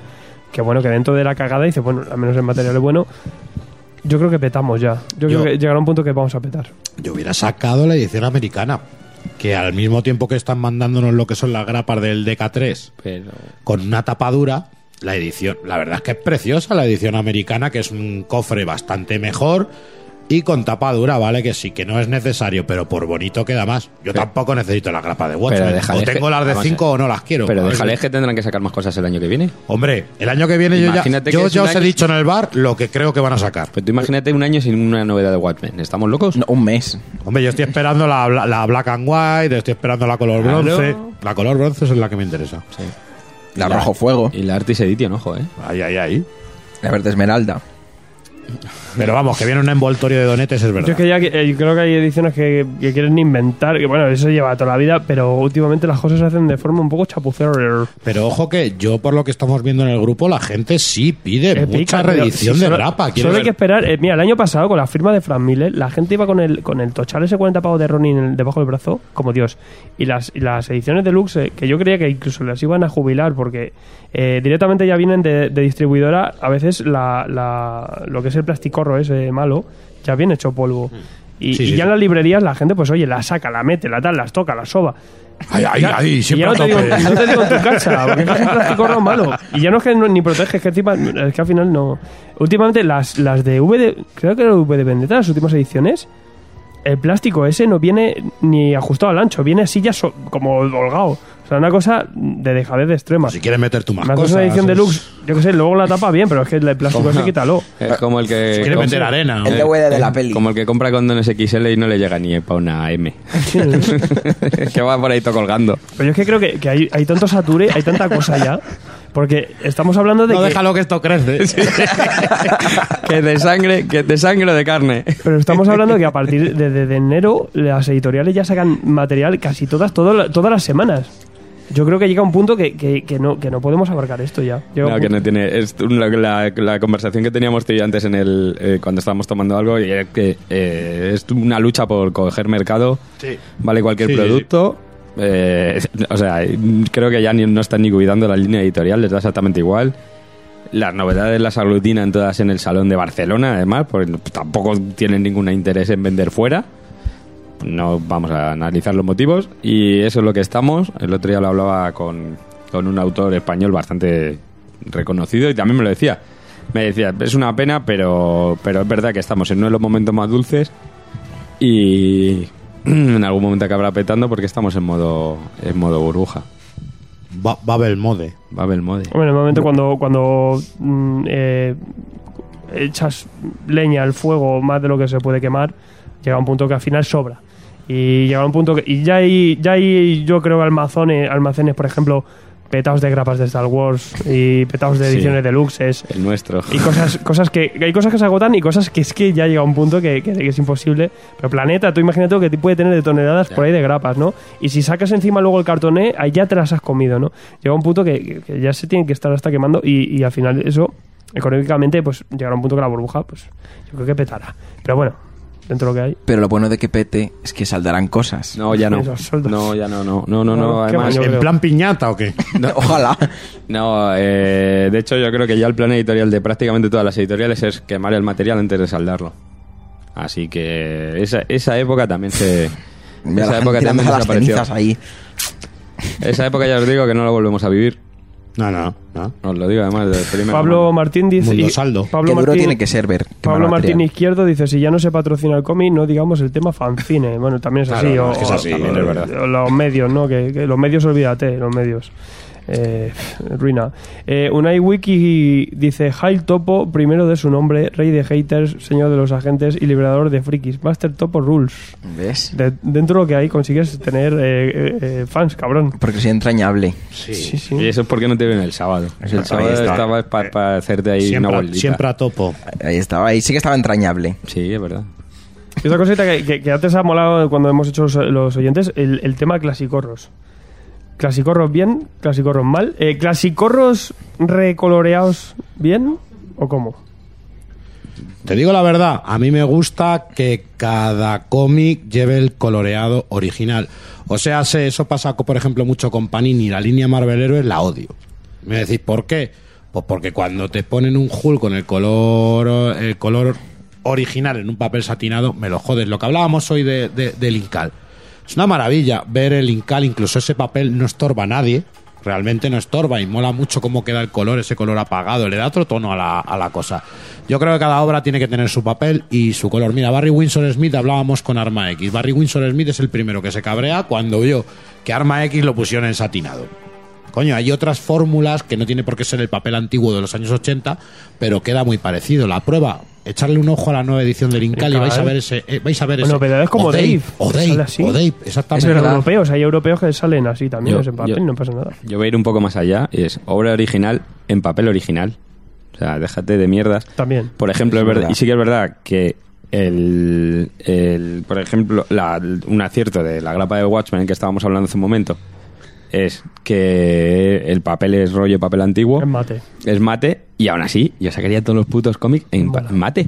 Speaker 1: Que bueno, que dentro de la cagada dice, bueno, al menos el material es bueno. Yo creo que petamos ya. Yo,
Speaker 3: Yo-
Speaker 1: creo que llegará un punto que vamos a petar.
Speaker 3: Yo hubiera sacado la edición americana. Que al mismo tiempo que están mandándonos lo que son las grapas del DK3
Speaker 2: Pero...
Speaker 3: con una tapadura, la edición, la verdad es que es preciosa la edición americana, que es un cofre bastante mejor y con tapadura, ¿vale? Que sí, que no es necesario, pero por bonito queda más. Yo tampoco necesito la grapa de Watchmen.
Speaker 2: déjales
Speaker 3: o
Speaker 2: que-
Speaker 3: tengo las de
Speaker 2: vamos a
Speaker 3: 5
Speaker 2: ver.
Speaker 3: o no las quiero. A
Speaker 2: Pero
Speaker 3: ver si-
Speaker 2: déjale que tendrán que sacar más cosas el año que viene.
Speaker 3: Hombre, el año que viene yo ya,
Speaker 2: Imagínate que
Speaker 3: yo
Speaker 2: es
Speaker 3: ya
Speaker 2: un
Speaker 3: os he
Speaker 2: año-
Speaker 3: dicho en el bar lo que creo que van a sacar.
Speaker 2: Pero Pues tú imagínate un año sin una novedad de Watchmen. ¿Estamos locos?
Speaker 4: No, un mes.
Speaker 3: Hombre, yo estoy esperando la, bla- la black and white, estoy esperando la color
Speaker 2: Claro.
Speaker 3: bronce. La color bronce es la que me interesa.
Speaker 4: La
Speaker 2: Ya.
Speaker 4: rojo fuego.
Speaker 2: Y la Artis Edition, ojo, ¿eh?
Speaker 3: Ahí, ahí, ahí.
Speaker 4: La verde esmeralda.
Speaker 3: Pero vamos, que viene un envoltorio de donetes, es
Speaker 1: Yo
Speaker 3: verdad.
Speaker 1: es que ya que- eh, creo que hay ediciones que, que quieren inventar, que bueno, eso lleva toda la vida, pero últimamente las cosas se hacen de forma un poco chapucera.
Speaker 3: Pero ojo que yo, por lo que estamos viendo en el grupo, la gente sí pide
Speaker 1: Eh,
Speaker 3: mucha
Speaker 1: pica, pero
Speaker 3: reedición
Speaker 1: sí,
Speaker 3: de
Speaker 1: solo-
Speaker 3: grapa. Quiero
Speaker 1: Solo hay
Speaker 3: ver-
Speaker 1: que esperar. Eh, mira, el año pasado, con la firma de Frank Miller, la gente iba con el, con el tochal ese 40 pavos de Ronin en el- debajo del brazo, como Dios. Y las, y las ediciones deluxe, eh, que yo creía que incluso las iban a jubilar, porque eh, directamente ya vienen de, de distribuidora, a veces la, la- lo que es el plasticorro ese malo, ya viene hecho polvo. Y,
Speaker 3: Mm. Sí,
Speaker 1: y
Speaker 3: sí,
Speaker 1: ya
Speaker 3: sí.
Speaker 1: en las librerías la gente, pues oye, la saca, la mete, la tal, las toca, la soba.
Speaker 3: Ay, ay,
Speaker 1: Ya-
Speaker 3: ay,
Speaker 1: y ya
Speaker 3: siempre
Speaker 1: no
Speaker 3: a
Speaker 1: te, digo,
Speaker 3: tope.
Speaker 1: no te digo en tu casa, porque es un plástico malo. Y ya no es que no- ni protege, es que encima- es que al final no. Últimamente las, las de V de, creo que era V de Vendetta, las últimas ediciones, el plástico ese no viene ni ajustado al ancho, viene así ya so- como holgado. O sea, una cosa de dejadez extrema.
Speaker 3: Si quieres meter tú más
Speaker 1: Me haces
Speaker 3: cosas.
Speaker 1: una edición
Speaker 3: es-
Speaker 1: deluxe, yo qué sé, luego la tapa bien, pero es que el plástico ese quítalo.
Speaker 2: Es como el que.
Speaker 3: Quiere
Speaker 2: compra-
Speaker 3: meter arena.
Speaker 4: El
Speaker 2: Eh,
Speaker 4: DVD de
Speaker 2: eh,
Speaker 4: Ah. la peli.
Speaker 2: Como el que compra condones XL y no le llega ni para una M. que va por ahí todo colgando.
Speaker 1: Pero yo es que creo que, que hay, hay tanto sature, hay tanta cosa ya, porque estamos hablando de
Speaker 3: No,
Speaker 1: que...
Speaker 3: déjalo que esto crece.
Speaker 2: que de sangre, que de sangre o de carne.
Speaker 1: Pero estamos hablando que a partir de, de- de enero las editoriales ya sacan material casi todas, todo la- todas las semanas. Yo creo que llega un punto que, que- que no, que no podemos abarcar esto ya. Llega un
Speaker 2: No, que
Speaker 1: punto-
Speaker 2: no tiene. Es un- la, la- la conversación que teníamos tú y yo antes en el, eh, cuando estábamos tomando algo y era que eh, es una lucha por coger mercado. Vale cualquier
Speaker 3: Sí, sí,
Speaker 2: producto. Eh, o sea, creo que ya ni- no están ni cuidando la línea editorial, les da exactamente igual. Las novedades las aglutinan todas en el Salón de Barcelona, además, porque no- pues, tampoco tienen ningún interés en vender fuera. No vamos a analizar los motivos. Y eso es lo que estamos. El otro día lo hablaba con, con un autor español bastante reconocido y también me lo decía. Me decía, es una pena, pero, pero es verdad que estamos en uno de los momentos más dulces y en algún momento acabará petando porque estamos en modo, en modo burbuja.
Speaker 3: Ba- Babel Mode.
Speaker 2: Babel Mode.
Speaker 1: Hombre, en el momento cuando, cuando mm, eh, echas leña al fuego más de lo que se puede quemar, llega un punto que al final sobra. Y llega un punto que. Y ya hay, ya hay yo creo, almacenes, almacenes, por ejemplo, petados de grapas de Star Wars y petados de
Speaker 2: Sí.
Speaker 1: ediciones deluxes.
Speaker 2: El nuestro.
Speaker 1: Y cosas, cosas que, que hay cosas que se agotan y cosas que es que ya llega un punto que, que- que es imposible. Pero Planeta, tú imagínate lo que te puede tener de toneladas por ahí de grapas, ¿no? Y si sacas encima luego el cartoné, ahí ya te las has comido, ¿no? Llega un punto que, que- que ya se tienen que estar hasta quemando y, y al final eso, económicamente, pues llegará un punto que la burbuja, pues yo creo que petará. Pero bueno, dentro de lo que hay.
Speaker 4: Pero lo bueno de que pete es que saldrán cosas.
Speaker 2: No, ya no.
Speaker 1: Los sueldos.
Speaker 2: No, ya no, no. No, no, no.
Speaker 1: Qué
Speaker 2: Además,
Speaker 1: Yo
Speaker 3: ¿En
Speaker 1: creo.
Speaker 3: plan piñata o qué?
Speaker 4: Ojalá.
Speaker 2: no, eh, de hecho yo creo que ya el plan editorial de prácticamente todas las editoriales es quemar el material antes de saldarlo. Así que esa, esa época también se...
Speaker 4: Mira, la
Speaker 2: esa
Speaker 4: gente
Speaker 2: época
Speaker 4: tirando
Speaker 2: también
Speaker 4: las
Speaker 2: desapareció.
Speaker 4: cenizas ahí.
Speaker 2: Esa época ya os digo que no la volvemos a vivir.
Speaker 3: No, no, no.
Speaker 2: Os lo digo además de primera
Speaker 1: Pablo
Speaker 2: mano.
Speaker 1: Martín dice.
Speaker 3: Mundo
Speaker 1: y-
Speaker 3: saldo.
Speaker 1: Pablo
Speaker 4: Qué duro
Speaker 1: Martín-
Speaker 4: tiene que ser ver. qué
Speaker 1: Pablo
Speaker 4: mal
Speaker 1: Martín
Speaker 4: material.
Speaker 1: Izquierdo dice, si ya no se patrocina el cómic, no digamos el tema fanzine. Bueno, también es
Speaker 3: Claro,
Speaker 1: así.
Speaker 3: no,
Speaker 1: o,
Speaker 3: es que es
Speaker 1: o-
Speaker 3: así,
Speaker 1: o-
Speaker 3: es verdad.
Speaker 1: o los medios, ¿no? Que, que los medios, olvídate, los medios. Eh, ruina. Eh, Unai Wiki dice, Hail Topo, primero de su nombre, rey de haters, señor de los agentes y liberador de frikis. Master Topo Rules.
Speaker 4: ¿Ves?
Speaker 1: De- dentro de lo que hay consigues tener eh, eh, eh, fans, cabrón.
Speaker 4: Porque soy entrañable.
Speaker 1: Sí, sí.
Speaker 2: Y eso es porque no te ven el sábado.
Speaker 4: Es
Speaker 2: el
Speaker 4: el
Speaker 2: sábado
Speaker 4: sábado.
Speaker 2: estaba para hacerte ahí
Speaker 3: Siempre,
Speaker 2: una
Speaker 3: a-
Speaker 2: vueltita.
Speaker 3: siempre a topo.
Speaker 4: Ahí estaba, ahí sí que estaba entrañable.
Speaker 2: Sí, es verdad.
Speaker 1: Y otra cosita que, que- que antes ha molado cuando hemos hecho los, los oyentes, el, el tema clasicorros. Clasicorros bien, clasicorros mal. Eh, ¿Clasicorros recoloreados bien o cómo?
Speaker 3: Te digo la verdad, a mí me gusta que cada cómic lleve el coloreado original. O sea, se- eso pasa, co- por ejemplo, mucho con Panini. La línea Marvel Heroes la odio. Me decís, ¿por qué? Pues porque cuando te ponen un Hulk con el color, el color original en un papel satinado, me lo jodes. Lo que hablábamos hoy de, de- del Incal. Es una maravilla ver el Incal, incluso ese papel no estorba a nadie. Realmente no estorba y mola mucho cómo queda el color, ese color apagado, le da otro tono a la, a la cosa. Yo creo que cada obra tiene que tener su papel y su color. Mira, Barry Windsor Smith hablábamos con Arma X. Barry Windsor Smith es el primero que se cabrea cuando vio que Arma X lo pusieron en satinado. Coño, hay otras fórmulas que no tiene por qué ser el papel antiguo de los años 80, pero queda muy parecido. La prueba, echarle un ojo a la nueva edición del Incal y vais a ver ese. eh, vais a ver
Speaker 1: Bueno,
Speaker 3: ese-
Speaker 1: pero es como
Speaker 3: o
Speaker 1: Dave,
Speaker 3: O
Speaker 1: que
Speaker 3: Dave,
Speaker 1: sale así.
Speaker 3: o Dave,
Speaker 1: Es
Speaker 3: exactamente.
Speaker 1: verdad. Europeos, hay europeos que salen así también,
Speaker 2: Yo-
Speaker 1: ese papel,
Speaker 2: yo-
Speaker 1: no pasa nada.
Speaker 2: Yo voy a ir un poco más allá y es obra original en papel original. O sea, déjate de mierdas.
Speaker 1: También.
Speaker 2: Por ejemplo, es
Speaker 4: Es
Speaker 2: verdad-
Speaker 4: verdad.
Speaker 2: y sí que es verdad que el, el- por ejemplo, la- un acierto de la grapa de Watchmen que estábamos hablando hace un momento es que el papel es rollo papel antiguo,
Speaker 1: Es mate.
Speaker 2: es mate, y aún así yo sacaría todos los putos cómics en pa-
Speaker 1: Mola.
Speaker 2: mate.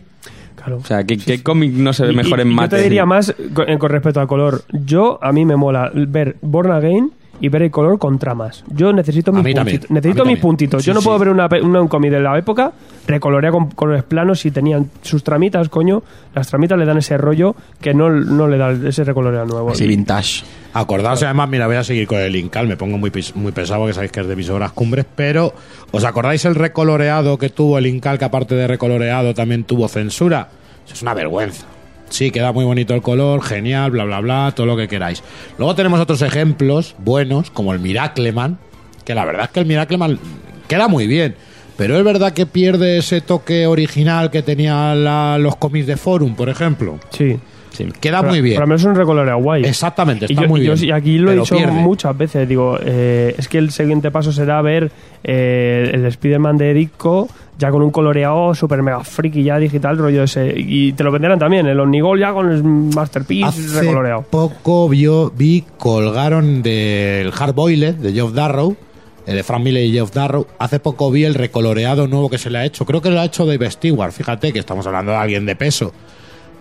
Speaker 1: Claro.
Speaker 2: O sea, ¿qué, qué cómic no se ve
Speaker 1: Y-
Speaker 2: mejor
Speaker 1: y-
Speaker 2: en
Speaker 1: y
Speaker 2: mate?
Speaker 1: Yo te diría más co- en- con respecto al color. Yo, a mí me mola ver Born Again y ver el color con tramas. Yo necesito mis
Speaker 3: mí también,
Speaker 1: puntitos.
Speaker 3: a mí
Speaker 1: Necesito mis
Speaker 3: también.
Speaker 1: puntitos. yo
Speaker 3: Sí,
Speaker 1: no
Speaker 3: sí.
Speaker 1: puedo ver una, pe- una- un cómic de la época recolorea con colores planos si tenían sus tramitas, coño. Las tramitas le dan ese rollo que no, no le da ese recolorea nuevo.
Speaker 4: Así vintage.
Speaker 3: Acordaos, además, mira, voy a seguir con el Incal, me pongo muy, pis- muy pesado, que sabéis que es de mis obras cumbres, pero ¿os acordáis el recoloreado que tuvo el Incal, que aparte de recoloreado también tuvo censura? Eso es una vergüenza. Sí, queda muy bonito el color, genial, bla, bla, bla, todo lo que queráis. Luego tenemos otros ejemplos buenos, como el Miracleman, que la verdad es que el Miracleman queda muy bien, pero es verdad que pierde ese toque original que tenía la- los cómics de Forum, por ejemplo.
Speaker 1: Sí.
Speaker 2: Sí.
Speaker 3: Queda
Speaker 1: Pero-
Speaker 3: Ah, muy bien.
Speaker 1: Pero al menos es un recoloreado guay.
Speaker 3: Exactamente,
Speaker 1: Y
Speaker 3: está
Speaker 1: yo,
Speaker 3: muy
Speaker 1: y yo
Speaker 3: bien.
Speaker 1: sí- aquí lo he
Speaker 3: pero
Speaker 1: dicho
Speaker 3: pierde.
Speaker 1: muchas veces. Digo, eh, es que el siguiente paso será ver eh, el Spider-Man de Ditko ya con un coloreado super mega friki ya digital, rollo ese. Y te lo venderán también, el Omnigol ya con el Masterpiece
Speaker 3: Hace
Speaker 1: recoloreado.
Speaker 3: poco vio, vi colgaron del Hard Boiled de Geoff Darrow, eh, de Frank Miller y Geoff Darrow. Hace poco vi el recoloreado nuevo que se le ha hecho. Creo que lo ha hecho Dave Stewart. Fíjate que estamos hablando de alguien de peso.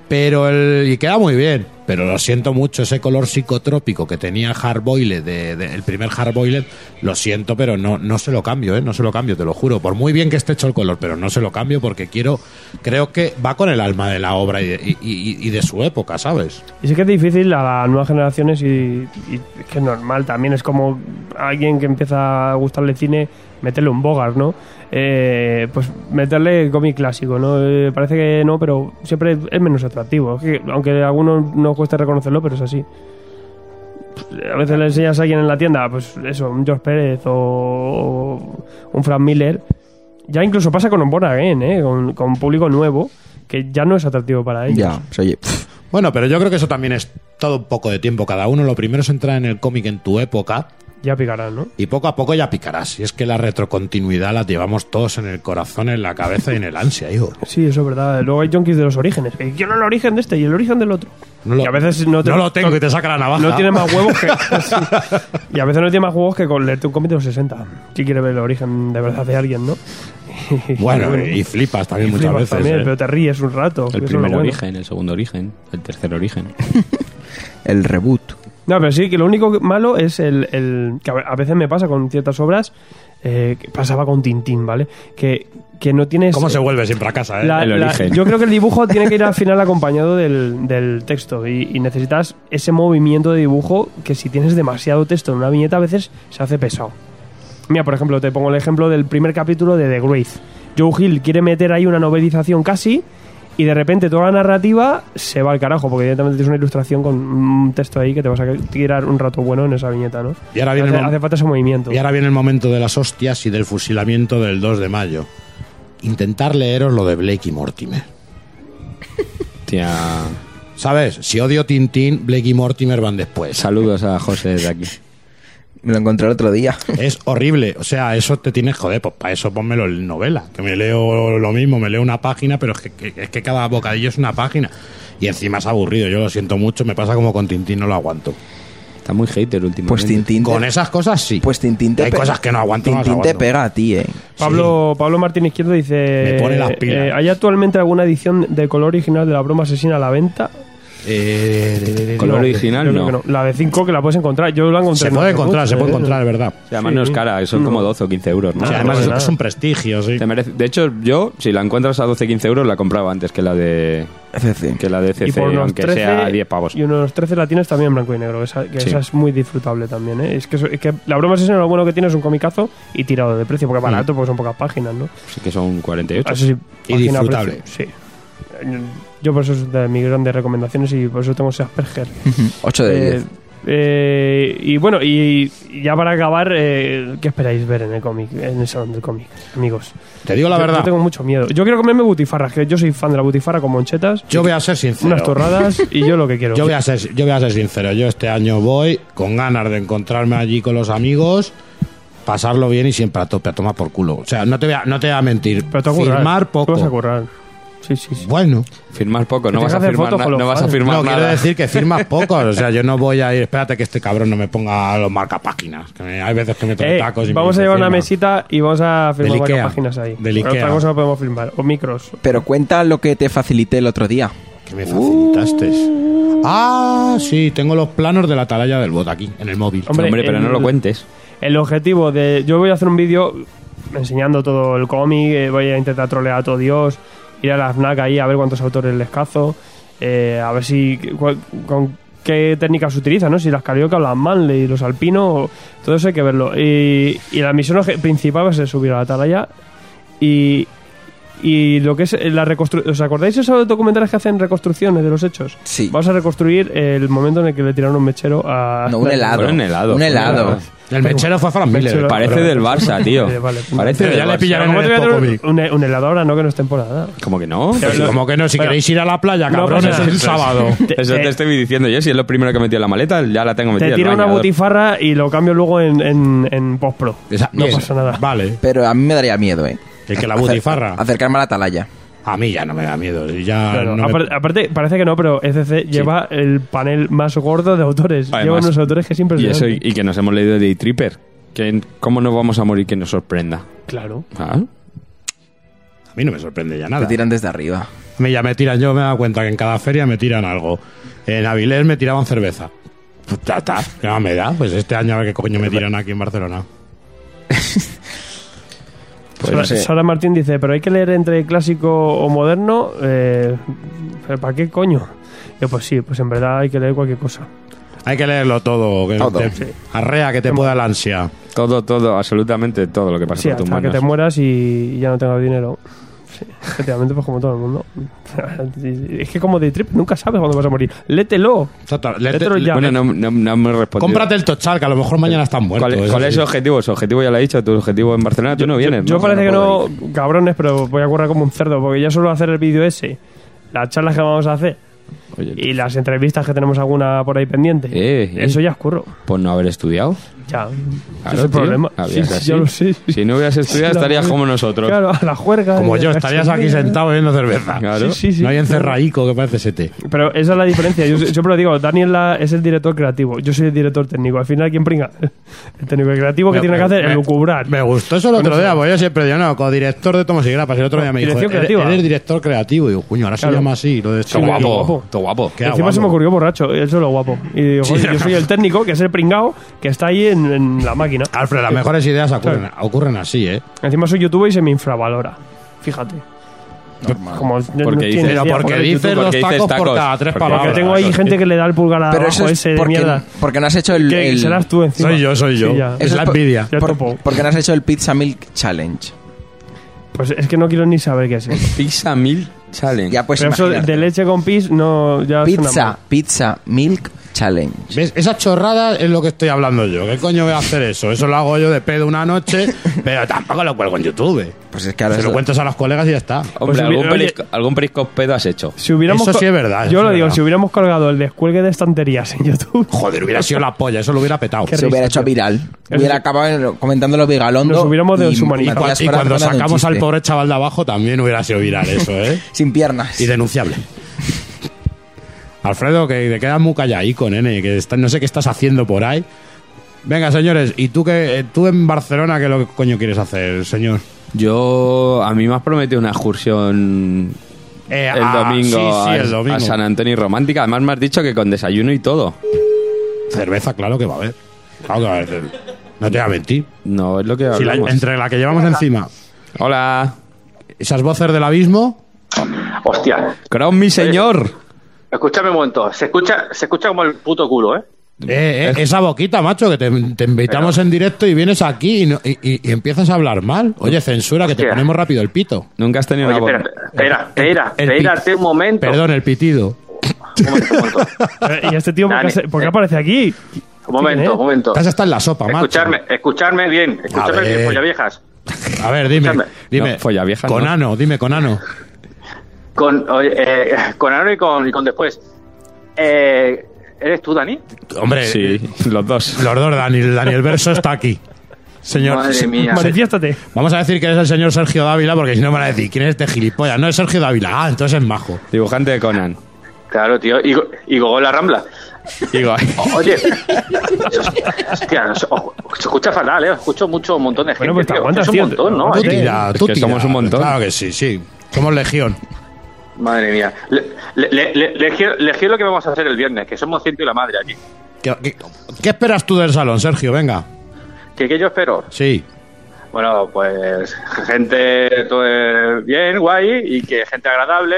Speaker 3: Pero el, y queda muy bien. Pero lo siento mucho, ese color psicotrópico que tenía el Hard Boiled, de, de- el primer Hard Boiled, lo siento, pero no, no se lo cambio, ¿eh? No se lo cambio, te lo juro. Por muy bien que esté hecho el color, pero no se lo cambio porque quiero. Creo que va con el alma de la obra y de, y- y- y de su época, ¿sabes?
Speaker 1: Y sí que es difícil a las nuevas generaciones y, y es que es normal. También es como alguien que empieza a gustarle cine, meterle un Bogart, ¿no? Eh, pues meterle cómic clásico, ¿no? Eh, parece que no, pero siempre es menos atractivo. Es que, aunque a algunos no cueste reconocerlo, pero es así. A veces le enseñas a alguien en la tienda, pues eso, un George Pérez o, o un Frank Miller. Ya incluso pasa con un Born Again, ¿eh? Con, con público nuevo, que ya no es atractivo para ellos.
Speaker 4: Ya, se oye. pff,
Speaker 3: Bueno, pero yo creo que eso también es todo un poco de tiempo cada uno. Lo primero es entrar en el cómic en tu época
Speaker 1: Ya picarán, ¿no?
Speaker 3: y poco a poco ya picarás. Y es que la retrocontinuidad la llevamos todos en el corazón, en la cabeza y en el ansia, hijo.
Speaker 1: Sí, eso es verdad. Luego hay junkies de los orígenes. que Quiero el origen de este y el origen del otro.
Speaker 3: No lo-
Speaker 1: y a veces no, te-
Speaker 3: no lo tengo, que te saca la navaja.
Speaker 1: no tiene más huevos que. sí. Y a veces no tiene más huevos que con leerte un cómic de los 60. Si quiere ver el origen de verdad de alguien, ¿no?
Speaker 3: Bueno, y flipas también muchas
Speaker 1: flipas
Speaker 3: veces.
Speaker 1: también,
Speaker 3: ¿eh?
Speaker 1: Pero te ríes un rato. que
Speaker 2: El
Speaker 1: eso es lo
Speaker 2: primer
Speaker 1: bueno.
Speaker 2: origen, el segundo origen, el tercer origen.
Speaker 4: El reboot.
Speaker 1: No, pero sí, que lo único que- malo es el, el- que a- a veces me pasa con ciertas obras. eh, que pasaba con Tintín, ¿vale? Que, que no tienes.
Speaker 3: ¿Cómo se vuelve siempre a casa? eh?
Speaker 1: La-
Speaker 2: El
Speaker 1: la-
Speaker 2: origen.
Speaker 1: yo creo que el dibujo tiene que ir al final acompañado del, del texto y, y necesitas ese movimiento de dibujo que si tienes demasiado texto en una viñeta a veces se hace pesado. Mira, por ejemplo, te pongo el ejemplo del primer capítulo de The Wraith. Joe Hill quiere meter ahí una novelización casi y de repente toda la narrativa se va al carajo porque directamente tienes una ilustración con un texto ahí que te vas a tirar un rato bueno en esa viñeta, ¿no?
Speaker 3: Y ahora viene
Speaker 1: hace,
Speaker 3: el mom-
Speaker 1: hace falta ese movimiento.
Speaker 3: Y ahora viene el momento de las hostias y del fusilamiento del 2 de mayo. Intentar leeros lo de Blake y Mortimer.
Speaker 2: Tía,
Speaker 3: ¿Sabes? Si odio Tintín, Blake y Mortimer van después.
Speaker 2: saludos a José de aquí.
Speaker 4: Me lo encontré el otro día.
Speaker 3: Es horrible. O sea, eso te tienes, joder, pues para eso ponmelo en novela. Que me leo lo mismo, me leo una página, pero es que, que- es que cada bocadillo es una página. Y encima es aburrido. Yo lo siento mucho, me pasa como con Tintín, no lo aguanto.
Speaker 2: Está muy hater últimamente.
Speaker 4: Pues Tintín. te-
Speaker 3: Con esas cosas sí.
Speaker 4: Pues Tintín te
Speaker 3: Hay
Speaker 4: pega.
Speaker 3: cosas que no aguanto. no las
Speaker 4: Tintín te
Speaker 3: aguanto.
Speaker 4: pega a ti, eh.
Speaker 1: Pablo, Pablo Martín Izquierdo dice:
Speaker 3: Me pone las pilas.
Speaker 1: eh, ¿Hay actualmente alguna edición de color original de la broma asesina a la venta?
Speaker 3: Eh, de- de- de-
Speaker 2: Color
Speaker 1: No,
Speaker 2: original,
Speaker 1: yo creo
Speaker 2: no.
Speaker 1: que La de 5 que la puedes encontrar. Yo la encontré.
Speaker 3: Se
Speaker 1: no
Speaker 3: puede
Speaker 1: hace
Speaker 3: encontrar,
Speaker 1: mucho,
Speaker 3: se puede
Speaker 1: ¿eh?
Speaker 3: encontrar, es verdad.
Speaker 2: O sea, además no es
Speaker 1: Sí.
Speaker 2: cara, eh, son como 12 o 15 euros. ¿no?
Speaker 3: Sí,
Speaker 1: Ah,
Speaker 3: además
Speaker 1: no
Speaker 3: es,
Speaker 1: vale
Speaker 3: es un prestigio, sí.
Speaker 2: Te merece- De hecho, yo, si la encuentras a 12, 15 euros, la compraba antes que la de
Speaker 4: CC.
Speaker 2: que la de
Speaker 1: Y
Speaker 2: CC,
Speaker 1: por unos
Speaker 2: aunque
Speaker 1: 13,
Speaker 2: sea 10 pavos.
Speaker 1: Y unos 13 la tienes también en blanco y negro. Esa, que
Speaker 2: Sí.
Speaker 1: esa es muy disfrutable también. ¿eh? Es, que, eso- es que la broma asesina lo bueno que tiene es un comicazo y tirado de precio,
Speaker 2: Mm.
Speaker 1: porque es barato, porque son pocas páginas, ¿no?
Speaker 2: Así que son 48.
Speaker 1: Eso sí,
Speaker 3: Y
Speaker 1: página a
Speaker 3: disfrutable.
Speaker 1: precio, Sí. Yo por eso es de mis grandes recomendaciones y por eso tengo ese Asperger.
Speaker 4: 8 de
Speaker 1: Eh,
Speaker 4: 10.
Speaker 1: eh, y bueno, y y ya para acabar, eh, ¿qué esperáis ver en el cómic, en el salón del cómic, amigos?
Speaker 3: Te digo la
Speaker 1: Yo-
Speaker 3: verdad.
Speaker 1: Yo tengo mucho miedo. Yo quiero comerme butifarras, que yo soy fan de la butifarra con monchetas,
Speaker 3: Yo voy a ser
Speaker 1: unas
Speaker 3: sincero.
Speaker 1: torradas y yo lo que quiero.
Speaker 3: Yo voy, a ser, yo voy a ser sincero. Yo este año voy con ganas de encontrarme allí con los amigos, pasarlo bien y siempre a tope, a tomar por culo. O sea, no te voy a, no te voy a mentir.
Speaker 1: Pero te vas a currar.
Speaker 3: Firmar
Speaker 1: Tú vas a
Speaker 3: poco.
Speaker 1: currar. Sí, sí, sí.
Speaker 3: Bueno.
Speaker 2: Firmar poco, no
Speaker 1: Te
Speaker 2: vas a
Speaker 1: hace
Speaker 2: firmar,
Speaker 1: fotos
Speaker 2: na-
Speaker 1: con los
Speaker 2: no vas a
Speaker 1: fans.
Speaker 2: firmar
Speaker 3: no, quiero
Speaker 2: nada.
Speaker 3: decir que firmas poco. O sea, yo no voy a ir. Espérate que este cabrón no me ponga los marcapáginas. Que me- hay veces que me toco
Speaker 1: Eh,
Speaker 3: tacos y me
Speaker 1: vamos a
Speaker 3: dice,
Speaker 1: llevar una
Speaker 3: "Firma".
Speaker 1: mesita y vamos a firmar
Speaker 3: Del
Speaker 1: varias
Speaker 3: Ikea.
Speaker 1: páginas ahí.
Speaker 3: Del
Speaker 1: Pero Otra
Speaker 3: Ikea.
Speaker 1: cosa no podemos firmar. O micros.
Speaker 4: Pero cuenta lo que te facilité el otro día.
Speaker 3: Que me facilitaste. Ah, sí, tengo los planos de la atalaya del bot aquí, en el móvil.
Speaker 1: Hombre,
Speaker 2: Hombre, pero no
Speaker 1: el-
Speaker 2: lo cuentes.
Speaker 1: El objetivo de. Yo voy a hacer un vídeo enseñando todo el cómic, eh, voy a intentar trolear a todo Dios, ir a la FNAC ahí a ver cuántos autores les cazo, eh, a ver si. cuál- con qué técnicas utilizan, ¿no? Si las cariocas, las manly, los alpinos, todo eso hay que verlo. Y, y la misión oje- principal va a ser subir a la atalaya y. Y lo que es eh, la reconstrucción. ¿Os acordáis esos documentales que hacen reconstrucciones de los hechos?
Speaker 4: Sí.
Speaker 1: Vamos a reconstruir el momento en el que le tiraron un mechero a.
Speaker 4: No, un helado.
Speaker 2: Fue un helado,
Speaker 4: Un
Speaker 2: fue un
Speaker 4: helado.
Speaker 2: helado.
Speaker 3: El mechero fue Frank Miller.
Speaker 1: Mechero.
Speaker 2: Parece
Speaker 3: Pero-
Speaker 2: del Barça, tío.
Speaker 1: Vale, vale.
Speaker 2: Parece
Speaker 3: Pero ya
Speaker 2: del
Speaker 3: le
Speaker 2: Barça.
Speaker 3: pillaron
Speaker 1: ¿Cómo te voy a
Speaker 3: en
Speaker 1: tener
Speaker 3: el
Speaker 1: un,
Speaker 3: Popovic.
Speaker 1: un- un helado ahora? No, que no es temporada.
Speaker 2: ¿Cómo que no?
Speaker 1: Pero-
Speaker 3: Sí, Como que no, si
Speaker 1: Bueno.
Speaker 3: queréis ir a la playa,
Speaker 1: No,
Speaker 3: cabrones,
Speaker 1: pero-
Speaker 3: es el sábado.
Speaker 2: Pues Eso
Speaker 1: eh,
Speaker 2: te estoy diciendo yo. Si es lo primero que metí en la maleta, ya la tengo
Speaker 1: Te
Speaker 2: metida. en el
Speaker 1: tiro una
Speaker 2: bañador.
Speaker 1: butifarra y lo cambio luego en, en, en post-pro.
Speaker 3: Esa-
Speaker 1: No
Speaker 3: bien.
Speaker 1: pasa nada.
Speaker 3: Vale.
Speaker 4: Pero a mí me daría miedo, ¿eh?
Speaker 3: El que la
Speaker 4: Acer-
Speaker 3: butifarra.
Speaker 4: acercarme a la atalaya.
Speaker 3: A mí ya no me da miedo. y Ya
Speaker 1: Claro,
Speaker 3: no me-
Speaker 1: apar- Aparte, parece que no, pero ECC lleva el panel más gordo de autores.
Speaker 2: Además,
Speaker 1: lleva unos autores que siempre
Speaker 2: Y, eso, y, y que nos hemos leído de Tripper. Que, ¿Cómo nos vamos a morir que nos sorprenda?
Speaker 1: Claro.
Speaker 2: Ah,
Speaker 3: A mí no me sorprende ya
Speaker 4: Te
Speaker 3: nada.
Speaker 4: tiran desde arriba.
Speaker 3: Me, ya me tiran, yo me he dado cuenta que en cada feria me tiran algo. En Avilés me tiraban cerveza. Pues ya está. ¿Qué más me da? Pues este año a ver qué coño me tiran aquí en Barcelona.
Speaker 2: pues,
Speaker 1: Sara,
Speaker 4: sí.
Speaker 1: Sara Martín dice, pero hay que leer entre clásico o moderno. eh, ¿Pero para qué coño? Yo, pues sí, pues en verdad hay que leer cualquier cosa.
Speaker 3: Hay que leerlo todo. Que
Speaker 4: Todo.
Speaker 3: te-
Speaker 4: Sí.
Speaker 3: Arrea, que te pueda el ansia.
Speaker 2: todo, todo, absolutamente todo lo que pasa
Speaker 1: Sí,
Speaker 2: por tus
Speaker 1: hasta que
Speaker 2: manos.
Speaker 1: te mueras y y ya no tengas dinero. Sí, efectivamente, pues como todo el mundo. es que como de trip nunca sabes cuándo vas a morir. Lételo.
Speaker 3: Total, le-
Speaker 1: Lételo
Speaker 3: le-
Speaker 1: ya.
Speaker 2: Bueno, no, no, no me he respondido.
Speaker 3: Cómprate el Tochal, que a lo mejor mañana están muertos.
Speaker 2: ¿Cuál, es-
Speaker 3: eso
Speaker 2: cuál es
Speaker 3: sí.
Speaker 2: su objetivo? Su objetivo ya lo he dicho. Tu objetivo en Barcelona, tú no vienes.
Speaker 1: Yo
Speaker 2: ¿no?
Speaker 1: parece que
Speaker 2: puedo
Speaker 1: no,
Speaker 2: ir.
Speaker 1: cabrones, pero voy a currar como un cerdo, porque ya solo hacer el vídeo ese, las charlas que vamos a hacer
Speaker 2: pues, Oye,
Speaker 1: y las entrevistas que tenemos alguna por ahí pendiente.
Speaker 2: Eh, eh.
Speaker 1: Eso ya es curro.
Speaker 2: por no haber estudiado.
Speaker 1: Ya.
Speaker 2: Claro,
Speaker 1: Ese es el
Speaker 2: tío.
Speaker 1: problema. Sí,
Speaker 2: Habías
Speaker 1: sí,
Speaker 2: así.
Speaker 1: ya lo sé.
Speaker 2: Si no hubieras estudiado, estarías como nosotros.
Speaker 1: Claro, a la juerga. eh,
Speaker 3: Como
Speaker 1: y a
Speaker 3: yo,
Speaker 1: la
Speaker 3: estarías aquí
Speaker 1: chingada.
Speaker 3: sentado bebiendo cerveza.
Speaker 2: Claro.
Speaker 1: Sí, sí, sí.
Speaker 3: No hay encerraico que parece sete.
Speaker 1: Pero esa es la diferencia. Yo siempre lo digo, Dani es, la- es el director creativo, yo soy el director técnico. Al final, ¿quién pringa? El técnico creativo que tiene que hacer es lucubrar.
Speaker 3: Me gustó eso el otro día, porque yo siempre digo, no, como director de Tomos y Grapas. Y el otro día me dijo,
Speaker 1: Dirección
Speaker 3: eres,
Speaker 1: creativa.
Speaker 3: eres director creativo. Y yo, coño, ahora
Speaker 1: Claro.
Speaker 3: se llama así. Lo de
Speaker 2: Todo guapo,
Speaker 1: guapo.
Speaker 2: todo guapo.
Speaker 3: Queda
Speaker 1: Encima
Speaker 3: guapo.
Speaker 1: se me ocurrió borracho, eso es lo guapo. Y digo, joder, yo soy el técnico, que es el pringao, que está ahí en, en la máquina.
Speaker 3: Alfred, las mejores ideas ocurren, ocurren así, ¿eh?
Speaker 1: Encima soy youtuber y se me infravalora. Fíjate. Como no- no
Speaker 2: Porque
Speaker 1: tienes
Speaker 2: dices-
Speaker 1: idea,
Speaker 3: Pero
Speaker 2: porque
Speaker 3: porque
Speaker 1: joder.
Speaker 2: dices
Speaker 3: dices los
Speaker 2: porque dices
Speaker 3: tacos por
Speaker 2: tacos.
Speaker 3: cada tres
Speaker 2: Porque
Speaker 1: Porque
Speaker 3: palabras.
Speaker 1: tengo ahí gente que le da el pulgar
Speaker 4: Pero eso
Speaker 1: Ah, abajo
Speaker 4: es
Speaker 1: ese de
Speaker 4: porque,
Speaker 1: mierda.
Speaker 4: porque no has hecho el...
Speaker 1: Que
Speaker 4: el-
Speaker 1: serás tú encima.
Speaker 3: Soy yo, soy yo.
Speaker 1: Sí, ya.
Speaker 3: Es
Speaker 4: Eso
Speaker 3: la
Speaker 4: por-
Speaker 3: envidia.
Speaker 1: Ya
Speaker 4: por-
Speaker 1: topo.
Speaker 4: porque no has hecho el Pizza Milk Challenge.
Speaker 1: Pues es que no quiero ni saber qué es. eso.
Speaker 2: Pizza Mil Challenge.
Speaker 4: Ya pues
Speaker 1: Pero eso
Speaker 4: imagínate.
Speaker 1: de leche con pis no ya suena mal.
Speaker 4: Pizza, Pizza Milk Challenge.
Speaker 3: ¿Ves? Esa chorrada es lo que estoy hablando yo. ¿Qué coño voy a hacer eso? Eso lo hago yo de pedo una noche, pero tampoco lo cuelgo en YouTube.
Speaker 4: Pues es que ahora
Speaker 3: Se
Speaker 4: es-
Speaker 3: lo cuentas a los colegas y ya está.
Speaker 2: Hombre,
Speaker 1: Pues hubi-
Speaker 2: algún,
Speaker 1: oye-
Speaker 2: perisco, algún perisco pedo has hecho.
Speaker 1: Si hubiéramos
Speaker 3: Eso
Speaker 1: co-
Speaker 3: sí es verdad, eso
Speaker 1: Yo lo
Speaker 3: es
Speaker 1: digo,
Speaker 3: verdad.
Speaker 1: si hubiéramos colgado el descuelgue de estanterías en YouTube.
Speaker 3: Joder, hubiera sido la polla, eso lo hubiera petado.
Speaker 1: Qué
Speaker 4: se hubiera hecho viral. Hubiera
Speaker 1: sí.
Speaker 4: acabado en- comentándolo Vigalondo.
Speaker 1: Nos hubiéramos
Speaker 4: y-
Speaker 1: deshumanizado.
Speaker 3: Y, cua-
Speaker 4: Matías
Speaker 3: y
Speaker 4: Prats
Speaker 3: cuando
Speaker 4: contando un
Speaker 3: sacamos al
Speaker 4: chiste.
Speaker 3: pobre chaval de abajo también hubiera sido viral eso, ¿eh?
Speaker 4: Sin piernas.
Speaker 3: Y denunciable. Alfredo, que te quedas muy callaico, nene, que está- no sé qué estás haciendo por ahí. Venga, señores, ¿y tú que tú en Barcelona qué es lo que coño quieres hacer, señor?
Speaker 2: Yo, a mí me has prometido una excursión
Speaker 3: Eh,
Speaker 2: el,
Speaker 3: ah,
Speaker 2: domingo
Speaker 3: sí, sí,
Speaker 2: a-
Speaker 3: el domingo.
Speaker 2: a San Antonio y Romántica. Además, me has dicho que con desayuno y todo.
Speaker 3: Cerveza, claro que va a haber. Claro que va a haber. No te voy a mentir.
Speaker 2: No, es lo que
Speaker 3: Si la-
Speaker 2: hablamos.
Speaker 3: entre la que llevamos encima,
Speaker 2: Hola.
Speaker 3: esas voces del abismo,
Speaker 7: Hostia.
Speaker 2: Crown, mi señor.
Speaker 7: Escúchame un momento. Se escucha, se escucha como el puto culo, ¿eh?
Speaker 3: eh, eh, esa boquita, macho, que te, te invitamos en directo y vienes aquí y, no- y- y- y empiezas a hablar mal. Oye, censura, que te
Speaker 7: Hostia.
Speaker 3: ponemos rápido el pito.
Speaker 2: Nunca has tenido
Speaker 7: Oye,
Speaker 2: una
Speaker 7: espera,
Speaker 2: voz.
Speaker 7: espera, espera,
Speaker 3: El- el
Speaker 7: espérate
Speaker 3: pit-
Speaker 7: un momento.
Speaker 3: Perdón, el pitido.
Speaker 7: Un momento, un momento.
Speaker 1: Eh, ¿Y este tío por qué,
Speaker 7: Dani,
Speaker 1: se- por qué
Speaker 7: eh.
Speaker 1: aparece aquí?
Speaker 7: Un momento, un momento.
Speaker 3: ¿Eh? Estás hasta en la sopa, macho.
Speaker 7: Escucharme, escucharme bien, escucharme
Speaker 3: ver.
Speaker 7: bien, follaviejas.
Speaker 3: A ver, dime.
Speaker 7: Escuchame.
Speaker 3: dime.
Speaker 2: No, follavieja, no.
Speaker 3: Conano, dime, Conano.
Speaker 7: Con, oye, eh, con ahora y con, y con después. Eh, ¿Eres tú, Dani?
Speaker 2: Eh,
Speaker 3: Hombre,
Speaker 2: Sí, los dos.
Speaker 3: los dos, Dani, Daniel Verso está aquí. Señor,
Speaker 7: Madre
Speaker 3: se-
Speaker 7: mía. eh,
Speaker 1: Manifiéstate.
Speaker 3: Vamos a decir que eres el señor Sergio Dávila, porque si no me van a decir quién es este gilipollas. No es Sergio Dávila, ah, entonces es majo.
Speaker 2: Dibujante de Conan.
Speaker 7: Claro, tío. Y, Go- y Gogol la Rambla.
Speaker 2: Digo,
Speaker 7: Oye, hostia, os- os- os escucha fatal, ¿eh? Os escucho mucho un montón de gente.
Speaker 1: Bueno, pues te
Speaker 7: tío.
Speaker 1: aguantas,
Speaker 7: Es un
Speaker 1: tío.
Speaker 7: montón, ¿no?
Speaker 3: Tú
Speaker 1: Aguántate.
Speaker 7: Así-
Speaker 3: tira,
Speaker 2: Es
Speaker 3: tú
Speaker 2: que
Speaker 3: tira.
Speaker 2: somos un montón.
Speaker 3: Claro que sí, sí. Somos legión.
Speaker 7: madre mía. Le, le, le- le- legio- legio lo que vamos a hacer el viernes, que somos ciento y la madre aquí.
Speaker 3: ¿Qué, qué- qué esperas tú del salón, Sergio? Venga.
Speaker 7: ¿Qué, qué yo espero?
Speaker 3: Sí.
Speaker 7: Bueno, pues gente todo eh, bien, guay, y que gente agradable.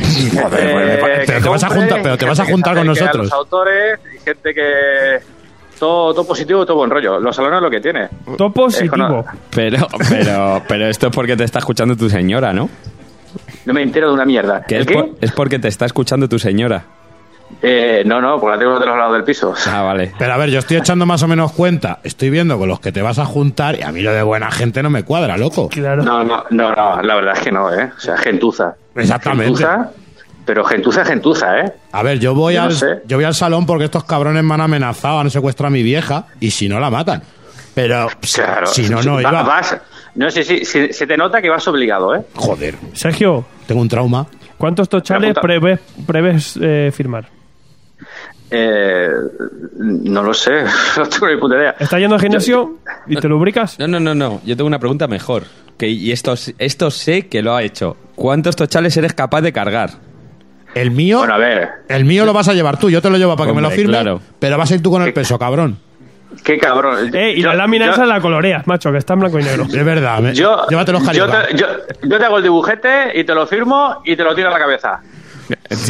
Speaker 3: Joder, bueno, me pa-
Speaker 7: eh,
Speaker 3: pero
Speaker 7: que
Speaker 3: te vas a
Speaker 7: compre,
Speaker 3: juntar- pero te
Speaker 7: gente
Speaker 3: vas a
Speaker 7: que
Speaker 3: juntar
Speaker 7: se
Speaker 3: con
Speaker 7: acerque a
Speaker 3: nosotros.
Speaker 7: Los autores y gente que. Todo, todo positivo, todo buen rollo. Los salones lo que tiene.
Speaker 1: Todo
Speaker 7: eh,
Speaker 1: positivo.
Speaker 2: pero, pero, pero esto es porque te está escuchando tu señora, ¿no?
Speaker 7: No me entero de una mierda.
Speaker 2: Que
Speaker 7: ¿El
Speaker 2: es,
Speaker 7: qué?
Speaker 2: por- es porque te está escuchando tu señora.
Speaker 7: Eh, no, no, porque la tengo de los lados del piso.
Speaker 2: Ah, vale.
Speaker 3: Pero a ver, yo estoy echando más o menos cuenta. Estoy viendo con los que te vas a juntar y a mí lo de buena gente no me cuadra, loco.
Speaker 1: Claro.
Speaker 7: No, no, no, no, la verdad es que no, ¿eh? O sea, gentuza.
Speaker 3: Exactamente.
Speaker 7: Gentuza, pero gentuza, gentuza, ¿eh?
Speaker 3: A ver, yo voy,
Speaker 7: Yo no
Speaker 3: al,
Speaker 7: sé.
Speaker 3: yo voy al salón porque estos cabrones me han amenazado, han secuestrado a mi vieja y si no la matan. Pero
Speaker 7: Claro.
Speaker 3: si no, no
Speaker 7: Va-
Speaker 3: iba.
Speaker 7: vas- no sé si si- se te nota que vas obligado, ¿eh?
Speaker 3: Joder,
Speaker 1: Sergio,
Speaker 3: tengo un trauma.
Speaker 1: ¿cuántos tochales
Speaker 7: Pregunta.
Speaker 1: prevés, prevés eh, firmar?
Speaker 7: Eh, no lo sé, no tengo ni puta idea.
Speaker 1: ¿Estás yendo al gimnasio y te lubricas?
Speaker 2: No, no, no, no. Yo tengo una pregunta mejor. Que, y esto, esto sé que lo ha hecho. ¿Cuántos tochales eres capaz de cargar?
Speaker 3: El mío,
Speaker 7: Bueno, a ver,
Speaker 3: el mío lo vas a llevar tú, yo te lo llevo para que me lo
Speaker 2: Hombre,
Speaker 3: firmes,
Speaker 2: claro.
Speaker 3: pero vas a ir tú
Speaker 7: Eh,
Speaker 3: con el peso, cabrón.
Speaker 7: qué cabrón.
Speaker 1: Eh, y
Speaker 7: Yo-
Speaker 1: la lámina
Speaker 7: yo-
Speaker 1: esa la coloreas, macho, que está en blanco y negro.
Speaker 3: Es verdad, me-
Speaker 7: Yo,
Speaker 3: llévate los
Speaker 7: yo,
Speaker 3: caricas.
Speaker 7: te, yo, yo te hago el dibujete y te lo firmo y te lo tiro a la cabeza.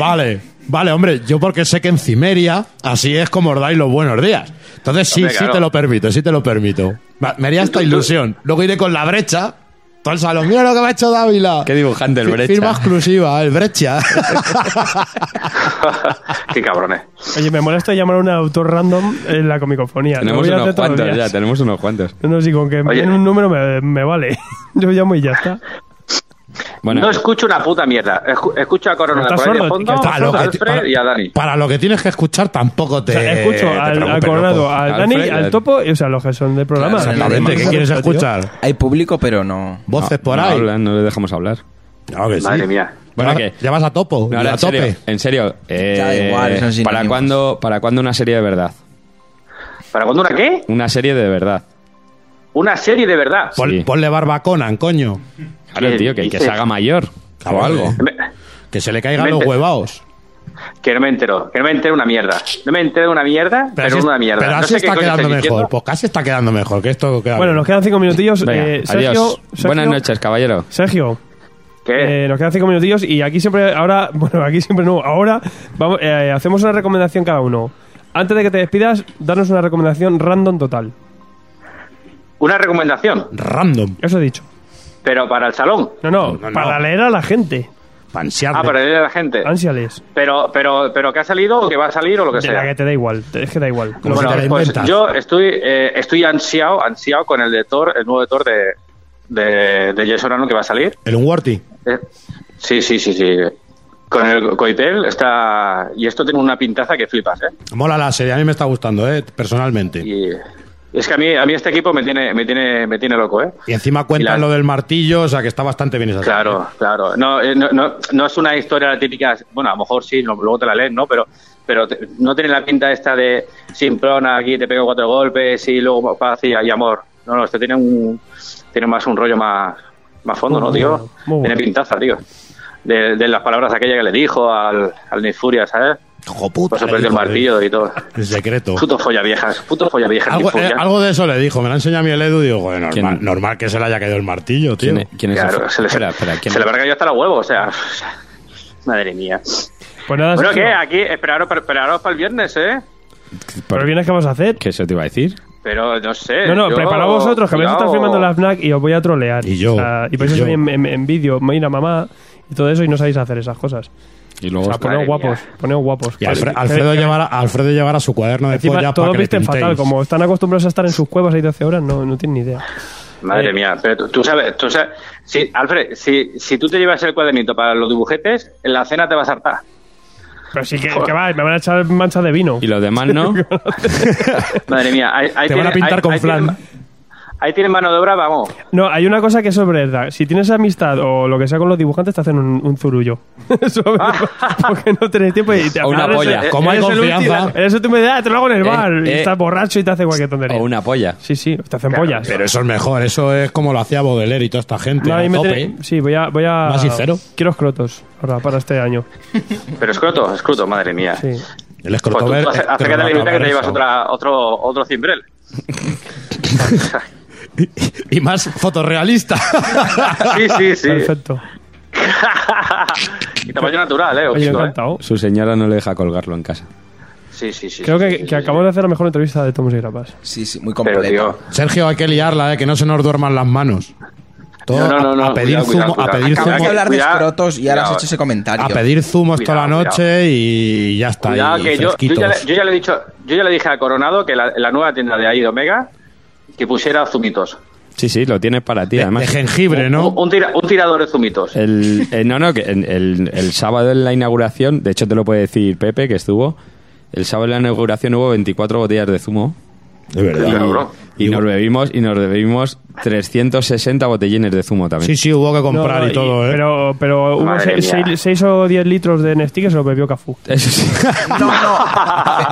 Speaker 3: Vale, vale, hombre, yo porque sé que en Cimeria así es como os dais los buenos días. Entonces sí,
Speaker 7: Hombre,
Speaker 3: sí
Speaker 7: claro.
Speaker 3: te lo permito, sí te lo permito. Va, Me haría esta
Speaker 7: Tú- tú-
Speaker 3: ilusión. Luego iré con la brecha, todo el salón, mira lo que me ha hecho Dávila.
Speaker 2: Qué dibujante el
Speaker 3: Fi-
Speaker 2: brecha.
Speaker 3: Firma exclusiva, el brecha.
Speaker 7: qué cabrones.
Speaker 1: Oye, me molesta llamar a un autor random en la comicofonía.
Speaker 2: Tenemos
Speaker 1: No voy a
Speaker 2: unos
Speaker 1: hacer todos los
Speaker 2: cuantos ya,
Speaker 1: días.
Speaker 2: tenemos unos cuantos.
Speaker 1: No, sí, con que me
Speaker 7: Oye.
Speaker 1: den un número me, me vale. Yo llamo y ya está.
Speaker 2: Bueno,
Speaker 7: no escucho una puta mierda. Escu- escucho a Corona
Speaker 1: ¿Estás
Speaker 7: por ahí de
Speaker 1: sordo,
Speaker 7: fondo,
Speaker 1: tío?
Speaker 3: Para lo
Speaker 7: a
Speaker 3: que ti-
Speaker 7: Pues Alfred
Speaker 3: para-
Speaker 7: y a Dani.
Speaker 3: Para lo que tienes que escuchar tampoco te.
Speaker 1: O sea, escucho
Speaker 3: Este, te
Speaker 1: al, al
Speaker 3: preocupes,
Speaker 1: Coronado,
Speaker 3: loco.
Speaker 1: al
Speaker 2: Al
Speaker 1: Dani,
Speaker 2: Fred,
Speaker 1: al
Speaker 2: al-
Speaker 1: Topo, y, o sea, los que son del programa.
Speaker 4: Claro,
Speaker 3: Exactamente, ¿qué
Speaker 4: Además,
Speaker 3: quieres
Speaker 4: tío,
Speaker 3: escuchar?
Speaker 4: Hay público, pero no.
Speaker 3: Voces por
Speaker 2: no
Speaker 3: ahí.
Speaker 2: hablan, no le dejamos hablar.
Speaker 3: Claro que sí.
Speaker 7: Madre mía.
Speaker 2: Bueno,
Speaker 3: Ya-
Speaker 2: que-
Speaker 3: Ya vas a topo,
Speaker 2: No,
Speaker 3: ya
Speaker 2: ahora,
Speaker 3: a
Speaker 2: en
Speaker 3: tope.
Speaker 2: serio, en serio. eh,
Speaker 4: Ya da igual, son sinónimos.
Speaker 2: ¿para, cuándo, ¿Para cuándo una serie de verdad?
Speaker 7: ¿Para cuándo una qué?
Speaker 2: Una serie de verdad.
Speaker 7: Una serie de verdad.
Speaker 3: Pon-
Speaker 2: Sí.
Speaker 3: Ponle barbaconan, coño.
Speaker 2: Claro,
Speaker 7: ¿Qué
Speaker 2: tío, que, que
Speaker 7: dices?
Speaker 2: se haga mayor. O
Speaker 3: Joder.
Speaker 2: algo.
Speaker 7: Me-
Speaker 3: Que se le caigan
Speaker 7: Vente.
Speaker 3: los huevados.
Speaker 7: Que no me entero, que no me entero una mierda. No me entero una mierda, pero,
Speaker 3: así-
Speaker 7: una mierda.
Speaker 3: pero
Speaker 7: no
Speaker 3: así
Speaker 7: sé qué
Speaker 3: está
Speaker 7: coño
Speaker 3: quedando
Speaker 7: estáis
Speaker 3: mejor.
Speaker 7: diciendo.
Speaker 3: Pues casi está quedando mejor. Que esto queda
Speaker 1: Bueno,
Speaker 3: bien.
Speaker 1: nos quedan cinco minutillos.
Speaker 2: Venga,
Speaker 1: Eh,
Speaker 2: adiós.
Speaker 1: Sergio, Sergio-
Speaker 2: Buenas noches, caballero.
Speaker 1: Sergio,
Speaker 7: ¿Qué?
Speaker 1: eh, nos quedan cinco minutillos y aquí siempre, ahora, bueno, aquí siempre no, ahora vamos, eh, hacemos una recomendación cada uno. Antes de que te despidas, danos una recomendación random total.
Speaker 7: Una recomendación,
Speaker 3: Random.
Speaker 1: Eso he dicho.
Speaker 7: pero para el salón.
Speaker 1: No, no,
Speaker 3: No, no,
Speaker 1: para
Speaker 3: no.
Speaker 1: leer a la gente.
Speaker 3: Pansearle.
Speaker 7: Ah, para leer a la
Speaker 1: Eh,
Speaker 7: gente.
Speaker 1: Ansiales.
Speaker 7: Pero, pero, pero que ha salido o que va a salir o lo que
Speaker 1: De la
Speaker 7: sea.
Speaker 1: que te da igual, te- es que da igual.
Speaker 3: Como
Speaker 1: Lo
Speaker 3: si
Speaker 1: que-
Speaker 3: te la
Speaker 7: Pues
Speaker 3: inventas.
Speaker 7: yo estoy, eh, estoy ansiado, ansiado con el de Thor, el nuevo de Thor de, de, de Jason Aaron que va a salir.
Speaker 3: El Unworthy.
Speaker 7: Eh, sí, sí, sí, sí. Con el coitel está. Y esto tiene una pintaza que flipas, ¿eh?
Speaker 3: Mola la serie. A mí me está gustando, eh, personalmente. Y,
Speaker 7: Y es que a mí, a mí este equipo me tiene, me tiene, me tiene loco, ¿eh?
Speaker 3: encima cuentan
Speaker 7: y la-
Speaker 3: lo del martillo, o sea que está bastante bien esa serie.
Speaker 7: Claro, claro. No, eh, no, no, no es una historia típica. Bueno, a lo mejor sí, no- luego te la lees, ¿no? Pero, pero te- no tiene la pinta esta de simplona, aquí te pego cuatro golpes y luego paz y, y amor. No, no, esto tiene un tiene más un rollo más, más fondo, ¿no,
Speaker 1: Muy
Speaker 7: tío?
Speaker 1: bueno, muy bueno.
Speaker 7: Tiene pintaza, tío. De, de las palabras aquella que le dijo al, al Nick Furia, ¿sabes?
Speaker 3: Hijo puta,
Speaker 7: Por eso
Speaker 3: le
Speaker 7: Pues perdió el
Speaker 3: dijo, eh.
Speaker 7: martillo y todo.
Speaker 3: El secreto.
Speaker 7: Puto folla viejas, puto folla viejas.
Speaker 3: Algo, eh, algo de eso le dijo, me lo ha enseñado a mí el Edu. Digo, joder, normal,
Speaker 2: ¿Quién?
Speaker 3: normal que se le haya caído el martillo, tío.
Speaker 2: ¿Quién, es- quién es el
Speaker 7: Claro,
Speaker 2: fu-
Speaker 7: se le,
Speaker 2: Espera, espera, ¿quién
Speaker 7: se le
Speaker 2: es?
Speaker 7: habrá caído hasta los huevos, o sea. o sea, Madre mía.
Speaker 1: Pues
Speaker 3: Ah,
Speaker 1: nada,
Speaker 7: Bueno,
Speaker 1: Sergio,
Speaker 7: ¿qué? Aquí, esperaros, esperaros para el viernes, ¿eh?
Speaker 1: ¿Pero vienes qué vas a hacer?
Speaker 2: ¿Qué eso te iba a decir?
Speaker 7: Pero no sé.
Speaker 1: No, no,
Speaker 7: yo-
Speaker 1: preparad vosotros, que vais a estar
Speaker 7: cuidado.
Speaker 1: filmando la FNAC y os voy a trolear.
Speaker 3: Y yo,
Speaker 1: O sea, y vais
Speaker 3: y
Speaker 1: a
Speaker 3: yo.
Speaker 1: salir en, en- en vídeo, me ir a mamá y todo eso y no sabéis hacer esas cosas.
Speaker 2: Y luego
Speaker 1: O sea, poneos
Speaker 7: Madre
Speaker 1: guapos, poneos guapos.
Speaker 3: Y
Speaker 1: Que-
Speaker 3: Alfre- Alfredo,
Speaker 1: que-
Speaker 3: llevará, Alfredo llevará su cuaderno de
Speaker 1: Encima,
Speaker 3: polla para
Speaker 1: todos
Speaker 3: que le
Speaker 1: visten fatal,
Speaker 3: pintéis.
Speaker 1: como están acostumbrados a estar en sus cuevas ahí 12 horas, no, no tienen ni idea.
Speaker 7: Madre
Speaker 1: Eh.
Speaker 7: mía, pero tú, tú sabes, tú sabes. Sí, Alfred, si, si tú te llevas el cuadernito para los dibujetes, en la cena te vas a hartar.
Speaker 1: Pero sí que, que va, me van a echar manchas de vino.
Speaker 2: Y los demás no.
Speaker 7: Madre mía, ahí, ahí
Speaker 3: Te van a
Speaker 7: tiene-
Speaker 3: pintar
Speaker 7: ahí-
Speaker 3: con
Speaker 7: ahí
Speaker 3: flan.
Speaker 7: tiene- Ahí tienen mano de obra, vamos.
Speaker 1: No, hay una cosa que eso es verdad. Si tienes amistad o lo que sea con los dibujantes, te hacen un, un zurullo. Eso, porque no tienes tiempo y te
Speaker 2: O una
Speaker 1: eres-
Speaker 2: polla.
Speaker 3: Como hay
Speaker 1: eres el
Speaker 3: confianza.
Speaker 1: último- Eres el último de edad, te lo hago en el bar. y
Speaker 2: eh.
Speaker 1: estás borracho y te hace cualquier tontería.
Speaker 2: O una polla.
Speaker 1: Sí, sí, te hacen pollas.
Speaker 3: Pero eso es mejor, eso es como lo hacía Baudelaire y toda esta gente.
Speaker 1: No,
Speaker 3: a
Speaker 1: ahí me
Speaker 3: tope. ¿eh?
Speaker 1: tiene- sí, voy a, voy a.
Speaker 3: Más sincero.
Speaker 1: Quiero escrotos ahora para este año.
Speaker 7: Pero escroto, escroto, madre mía.
Speaker 1: Sí.
Speaker 3: El eh,
Speaker 7: Pues tú,
Speaker 3: escrotover.
Speaker 7: tú ace- acércate a la biblioteca que te llevas otra, otro, otro cimbrel.
Speaker 3: Y más fotorrealista.
Speaker 7: Sí, sí, sí.
Speaker 1: Perfecto.
Speaker 7: y tamaño natural, eh.
Speaker 1: Oye,
Speaker 7: ojito, eh.
Speaker 1: encantado.
Speaker 2: Su señora no le deja colgarlo en casa.
Speaker 7: Sí, sí, sí.
Speaker 1: Creo
Speaker 7: sí,
Speaker 1: que,
Speaker 7: sí,
Speaker 1: que
Speaker 7: sí, sí.
Speaker 1: acabamos de hacer la mejor entrevista de Tomos y Grapas.
Speaker 4: Sí, sí, muy
Speaker 7: Pero,
Speaker 4: completo.
Speaker 7: tío,
Speaker 3: Sergio, hay que liarla, eh, que no se nos duerman las manos. Todo
Speaker 7: No, no, no,
Speaker 3: a-
Speaker 7: no,
Speaker 3: a pedir zumo-
Speaker 7: cuidado, cuidado,
Speaker 3: a
Speaker 7: cuidado.
Speaker 3: pedir
Speaker 7: Acabas
Speaker 4: Acabas
Speaker 3: zumo-
Speaker 4: de hablar de
Speaker 7: Cuidado,
Speaker 4: escrotos y ahora has
Speaker 7: cuidado.
Speaker 4: hecho ese comentario.
Speaker 3: a pedir zumos toda la
Speaker 7: Cuidado,
Speaker 3: noche y ya está.
Speaker 7: Cuidado,
Speaker 3: y
Speaker 7: que yo, yo,
Speaker 3: fresquitos.
Speaker 7: ya le, yo ya le he dicho, yo ya le dije a Coronado que la, la nueva tienda de ahí de Omega que pusiera zumitos.
Speaker 2: Sí, sí, lo tienes para ti,
Speaker 3: de,
Speaker 2: además.
Speaker 3: de jengibre, ¿no?
Speaker 7: Un, un tira- un tirador de zumitos.
Speaker 2: El, eh, no, no, que en- el, el sábado en la inauguración, de hecho te lo puede decir Pepe, que estuvo, el sábado en la inauguración hubo 24 botellas de zumo
Speaker 3: de verdad.
Speaker 7: Cabrón.
Speaker 2: y nos bebimos y nos bebimos 360 botellines de zumo
Speaker 3: Sí,
Speaker 2: también.
Speaker 3: sí, hubo que comprar
Speaker 1: No, no,
Speaker 3: y todo, ¿eh?
Speaker 1: Pero, pero hubo
Speaker 7: Madre
Speaker 1: 6
Speaker 7: mía.
Speaker 1: o 10 litros de Nestí que se lo bebió Cafú.
Speaker 2: Eso sí.
Speaker 4: No, no.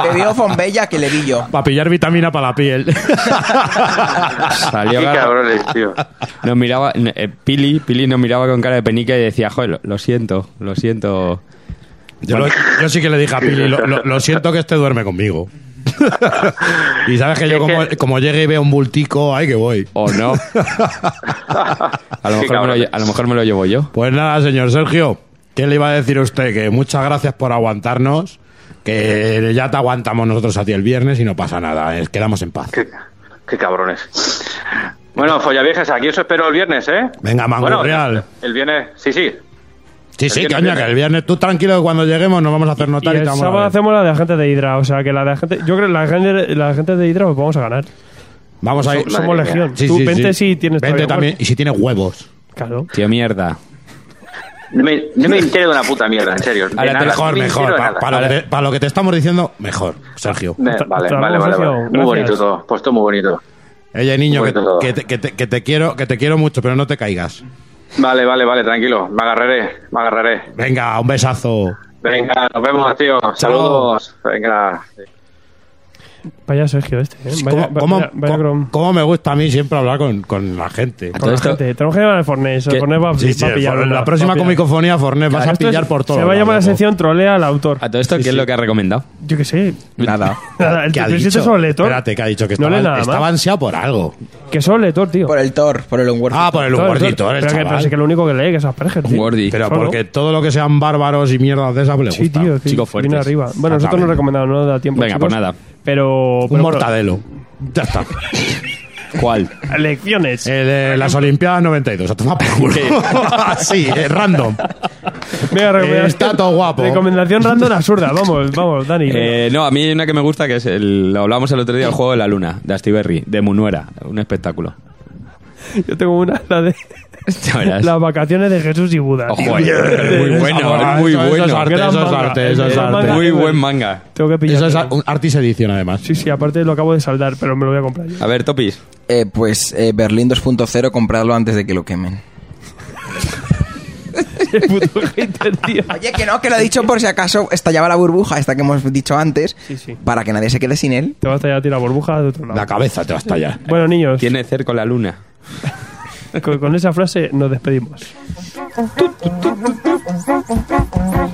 Speaker 4: Bebió Fombella que le vi yo.
Speaker 3: Para pillar vitamina para la piel.
Speaker 2: Salió
Speaker 7: Qué
Speaker 2: cara-
Speaker 7: cabrones, tío.
Speaker 2: Nos miraba, eh, Pili, Pili nos miraba con cara de penica y decía, joder, lo, lo siento, lo siento.
Speaker 3: Yo, lo- yo sí que le dije a Pili, lo, lo- lo siento que este duerme conmigo. y sabes que yo como, como llegue y veo un bultico, ay que voy.
Speaker 2: O no. A lo, mejor me
Speaker 7: Qué
Speaker 2: lo,
Speaker 7: cabrones.
Speaker 2: lle- a lo mejor me lo llevo yo.
Speaker 3: Pues nada, señor Sergio, ¿qué le iba a decir a usted? Que muchas gracias por aguantarnos, que ya te aguantamos nosotros a ti el viernes y no pasa nada, eh, quedamos en paz.
Speaker 7: Qué, qué cabrones. Bueno, follaviejas, aquí os espero el viernes, ¿eh?
Speaker 3: Venga,
Speaker 7: Bueno,
Speaker 3: Mangurreal.
Speaker 7: el viernes, sí, sí.
Speaker 3: sí, sí,
Speaker 7: el viernes,
Speaker 3: coño, que el viernes tú tranquilo que cuando lleguemos nos vamos a hacer
Speaker 1: Y
Speaker 3: notar y,
Speaker 1: el
Speaker 3: te vamos a
Speaker 1: sábado
Speaker 3: ver.
Speaker 1: hacemos la de agentes de Hydra. O sea, que la de gente Yo creo que la gente, la gente de Hydra pues vamos a ganar.
Speaker 3: Vamos a ir.
Speaker 7: Madre
Speaker 1: Somos
Speaker 7: mía.
Speaker 1: legión.
Speaker 3: Sí,
Speaker 1: Tú
Speaker 3: sí,
Speaker 1: vente
Speaker 3: sí.
Speaker 1: si tienes
Speaker 3: Vente
Speaker 1: todavía
Speaker 3: también.
Speaker 1: huevos.
Speaker 3: Y si tienes huevos.
Speaker 1: Claro.
Speaker 2: Tío, mierda.
Speaker 7: No me, no me entero de una puta mierda, en serio. De
Speaker 2: Ahora te
Speaker 7: nada,
Speaker 3: Mejor,
Speaker 7: no me
Speaker 3: mejor.
Speaker 7: entero de
Speaker 3: pa- para,
Speaker 7: nada.
Speaker 3: lo que te- para lo que te estamos diciendo, mejor, Sergio.
Speaker 7: Me-
Speaker 1: Hasta-
Speaker 7: Vale,
Speaker 1: hasta
Speaker 7: vale,
Speaker 1: luego,
Speaker 7: vale,
Speaker 1: Sergio.
Speaker 7: vale. Muy
Speaker 1: Gracias.
Speaker 7: bonito todo. Pues todo muy bonito.
Speaker 3: Ella niño, que,
Speaker 7: Bueno.
Speaker 3: que te, que te- que te quiero, que te quiero mucho, pero no te caigas.
Speaker 7: Vale, vale, vale, tranquilo. Me agarraré, me agarraré.
Speaker 3: Venga, un besazo.
Speaker 7: Venga, nos vemos, tío. Saludos. Venga.
Speaker 1: Vaya Sergio este. ¿eh? Vaya,
Speaker 3: ¿Cómo, cómo-
Speaker 1: vaya- vaya
Speaker 3: cómo-
Speaker 1: Grom.
Speaker 3: cómo me gusta a mí siempre hablar con, con la gente?
Speaker 1: Con la
Speaker 2: esto-
Speaker 1: gente. Tenemos que llamar al Fornés. El
Speaker 2: ¿Qué?
Speaker 1: Fornés va,
Speaker 3: Sí,
Speaker 1: va
Speaker 3: sí,
Speaker 1: a pillar.
Speaker 3: for-
Speaker 1: una,
Speaker 3: la próxima
Speaker 1: va a pillar.
Speaker 3: comicofonía, Fornés, vas a
Speaker 1: Esto es-
Speaker 3: pillar por todo.
Speaker 1: Se va a llamar la
Speaker 3: loco.
Speaker 1: sección trolea al autor.
Speaker 2: A todo esto, ¿qué es lo que ha recomendado?
Speaker 1: Yo qué sé.
Speaker 4: Nada.
Speaker 1: Nada, el
Speaker 3: ¿Qué ha
Speaker 1: 37
Speaker 3: dicho?
Speaker 1: solo lector.
Speaker 3: Espérate, que ha dicho que
Speaker 1: No
Speaker 3: estaba,
Speaker 1: lee nada más.
Speaker 3: estaba ansiado por algo.
Speaker 1: Que solo lector, tío.
Speaker 4: Por el Thor, por el Unworthy.
Speaker 3: Ah, por el
Speaker 1: Todo lector.
Speaker 3: gordito, el
Speaker 1: Pero que, pero sí que
Speaker 3: chaval.
Speaker 1: lo único que lee que es Asperger.
Speaker 2: Un
Speaker 1: tío.
Speaker 2: Gordi.
Speaker 3: Pero
Speaker 1: solo.
Speaker 3: porque todo lo que sean bárbaros y mierdas de esas pues le
Speaker 1: Sí,
Speaker 3: gusta.
Speaker 1: tío. sí,
Speaker 2: Chicos fuertes.
Speaker 1: viene arriba. Bueno, nosotros no
Speaker 3: Exactamente.
Speaker 1: recomendamos, no da tiempo.
Speaker 2: Venga,
Speaker 1: chicos.
Speaker 2: pues nada.
Speaker 1: Pero.
Speaker 3: Un
Speaker 1: pero-
Speaker 3: mortadelo. Ya está.
Speaker 2: ¿Cuál?
Speaker 1: Lecciones.
Speaker 3: El, eh, las Olimpiadas 92. A tomar por culo. Así, eh, random.
Speaker 1: Venga, recomendación-
Speaker 3: eh, está todo guapo.
Speaker 1: Recomendación random absurda. Vamos, vamos, Dani.
Speaker 2: Eh, no, a mí hay una que me gusta que es el, lo hablábamos el otro día, el juego de la luna, de Astiberri, de Munuera, un espectáculo.
Speaker 1: Yo tengo una, la de.
Speaker 2: Ya verás.
Speaker 1: Las vacaciones de Jesús y Buda.
Speaker 2: Oh,
Speaker 1: tío.
Speaker 2: joder, muy bueno,
Speaker 3: Ah,
Speaker 2: muy
Speaker 3: eso- eso
Speaker 2: bueno.
Speaker 3: es arte,
Speaker 1: Gran
Speaker 3: eso es
Speaker 1: manga.
Speaker 3: arte, eso es
Speaker 1: Gran
Speaker 3: arte.
Speaker 1: manga.
Speaker 2: Muy buen manga.
Speaker 1: Tengo que pillar.
Speaker 3: Eso es ar- un Artis Edition, además.
Speaker 1: Sí, sí, aparte lo acabo de saldar, pero me lo voy a comprar yo.
Speaker 2: A ver, Topis.
Speaker 4: Eh, pues eh, Berlín 2.0, comprarlo antes de que lo quemen.
Speaker 1: El puto hater, tío.
Speaker 4: Oye, que no, que lo he dicho por si acaso estallaba la burbuja, esta que hemos dicho antes,
Speaker 1: Sí, sí.
Speaker 4: para que nadie se quede sin él.
Speaker 1: Te vas a tirar a tirar burbuja de otro lado.
Speaker 3: La cabeza te va a estallar.
Speaker 1: Bueno, niños,
Speaker 2: Tiene cerco la luna.
Speaker 1: con, con esa frase nos despedimos.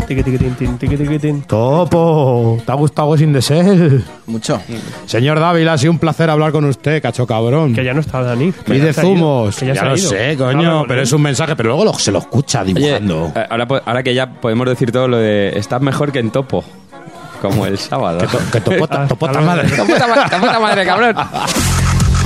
Speaker 1: Tiquitiquitín, tiquitiquitín.
Speaker 3: Topo, ¿te ha gustado Sin de Ser?
Speaker 4: Mucho.
Speaker 3: Señor Dávila, ha sido un placer hablar con usted, cacho cabrón.
Speaker 1: Que ya no está Dani. Que
Speaker 3: y
Speaker 1: ya
Speaker 3: de
Speaker 1: se ha ido.
Speaker 3: zumos.
Speaker 1: Que
Speaker 3: Ya,
Speaker 1: se ha
Speaker 3: lo
Speaker 1: ido.
Speaker 3: sé,
Speaker 1: Habla
Speaker 3: coño,
Speaker 1: con
Speaker 3: pero
Speaker 1: él.
Speaker 3: es un mensaje, pero luego lo- se lo escucha
Speaker 2: Oye,
Speaker 3: dibujando.
Speaker 2: eh, ahora, po- ahora que ya podemos decir todo lo de estás mejor que en Topo, como el sábado.
Speaker 3: Que, to- que topota,
Speaker 1: Ah,
Speaker 3: topota
Speaker 1: hasta luego.
Speaker 3: madre.
Speaker 2: puta ma- la puta madre, cabrón.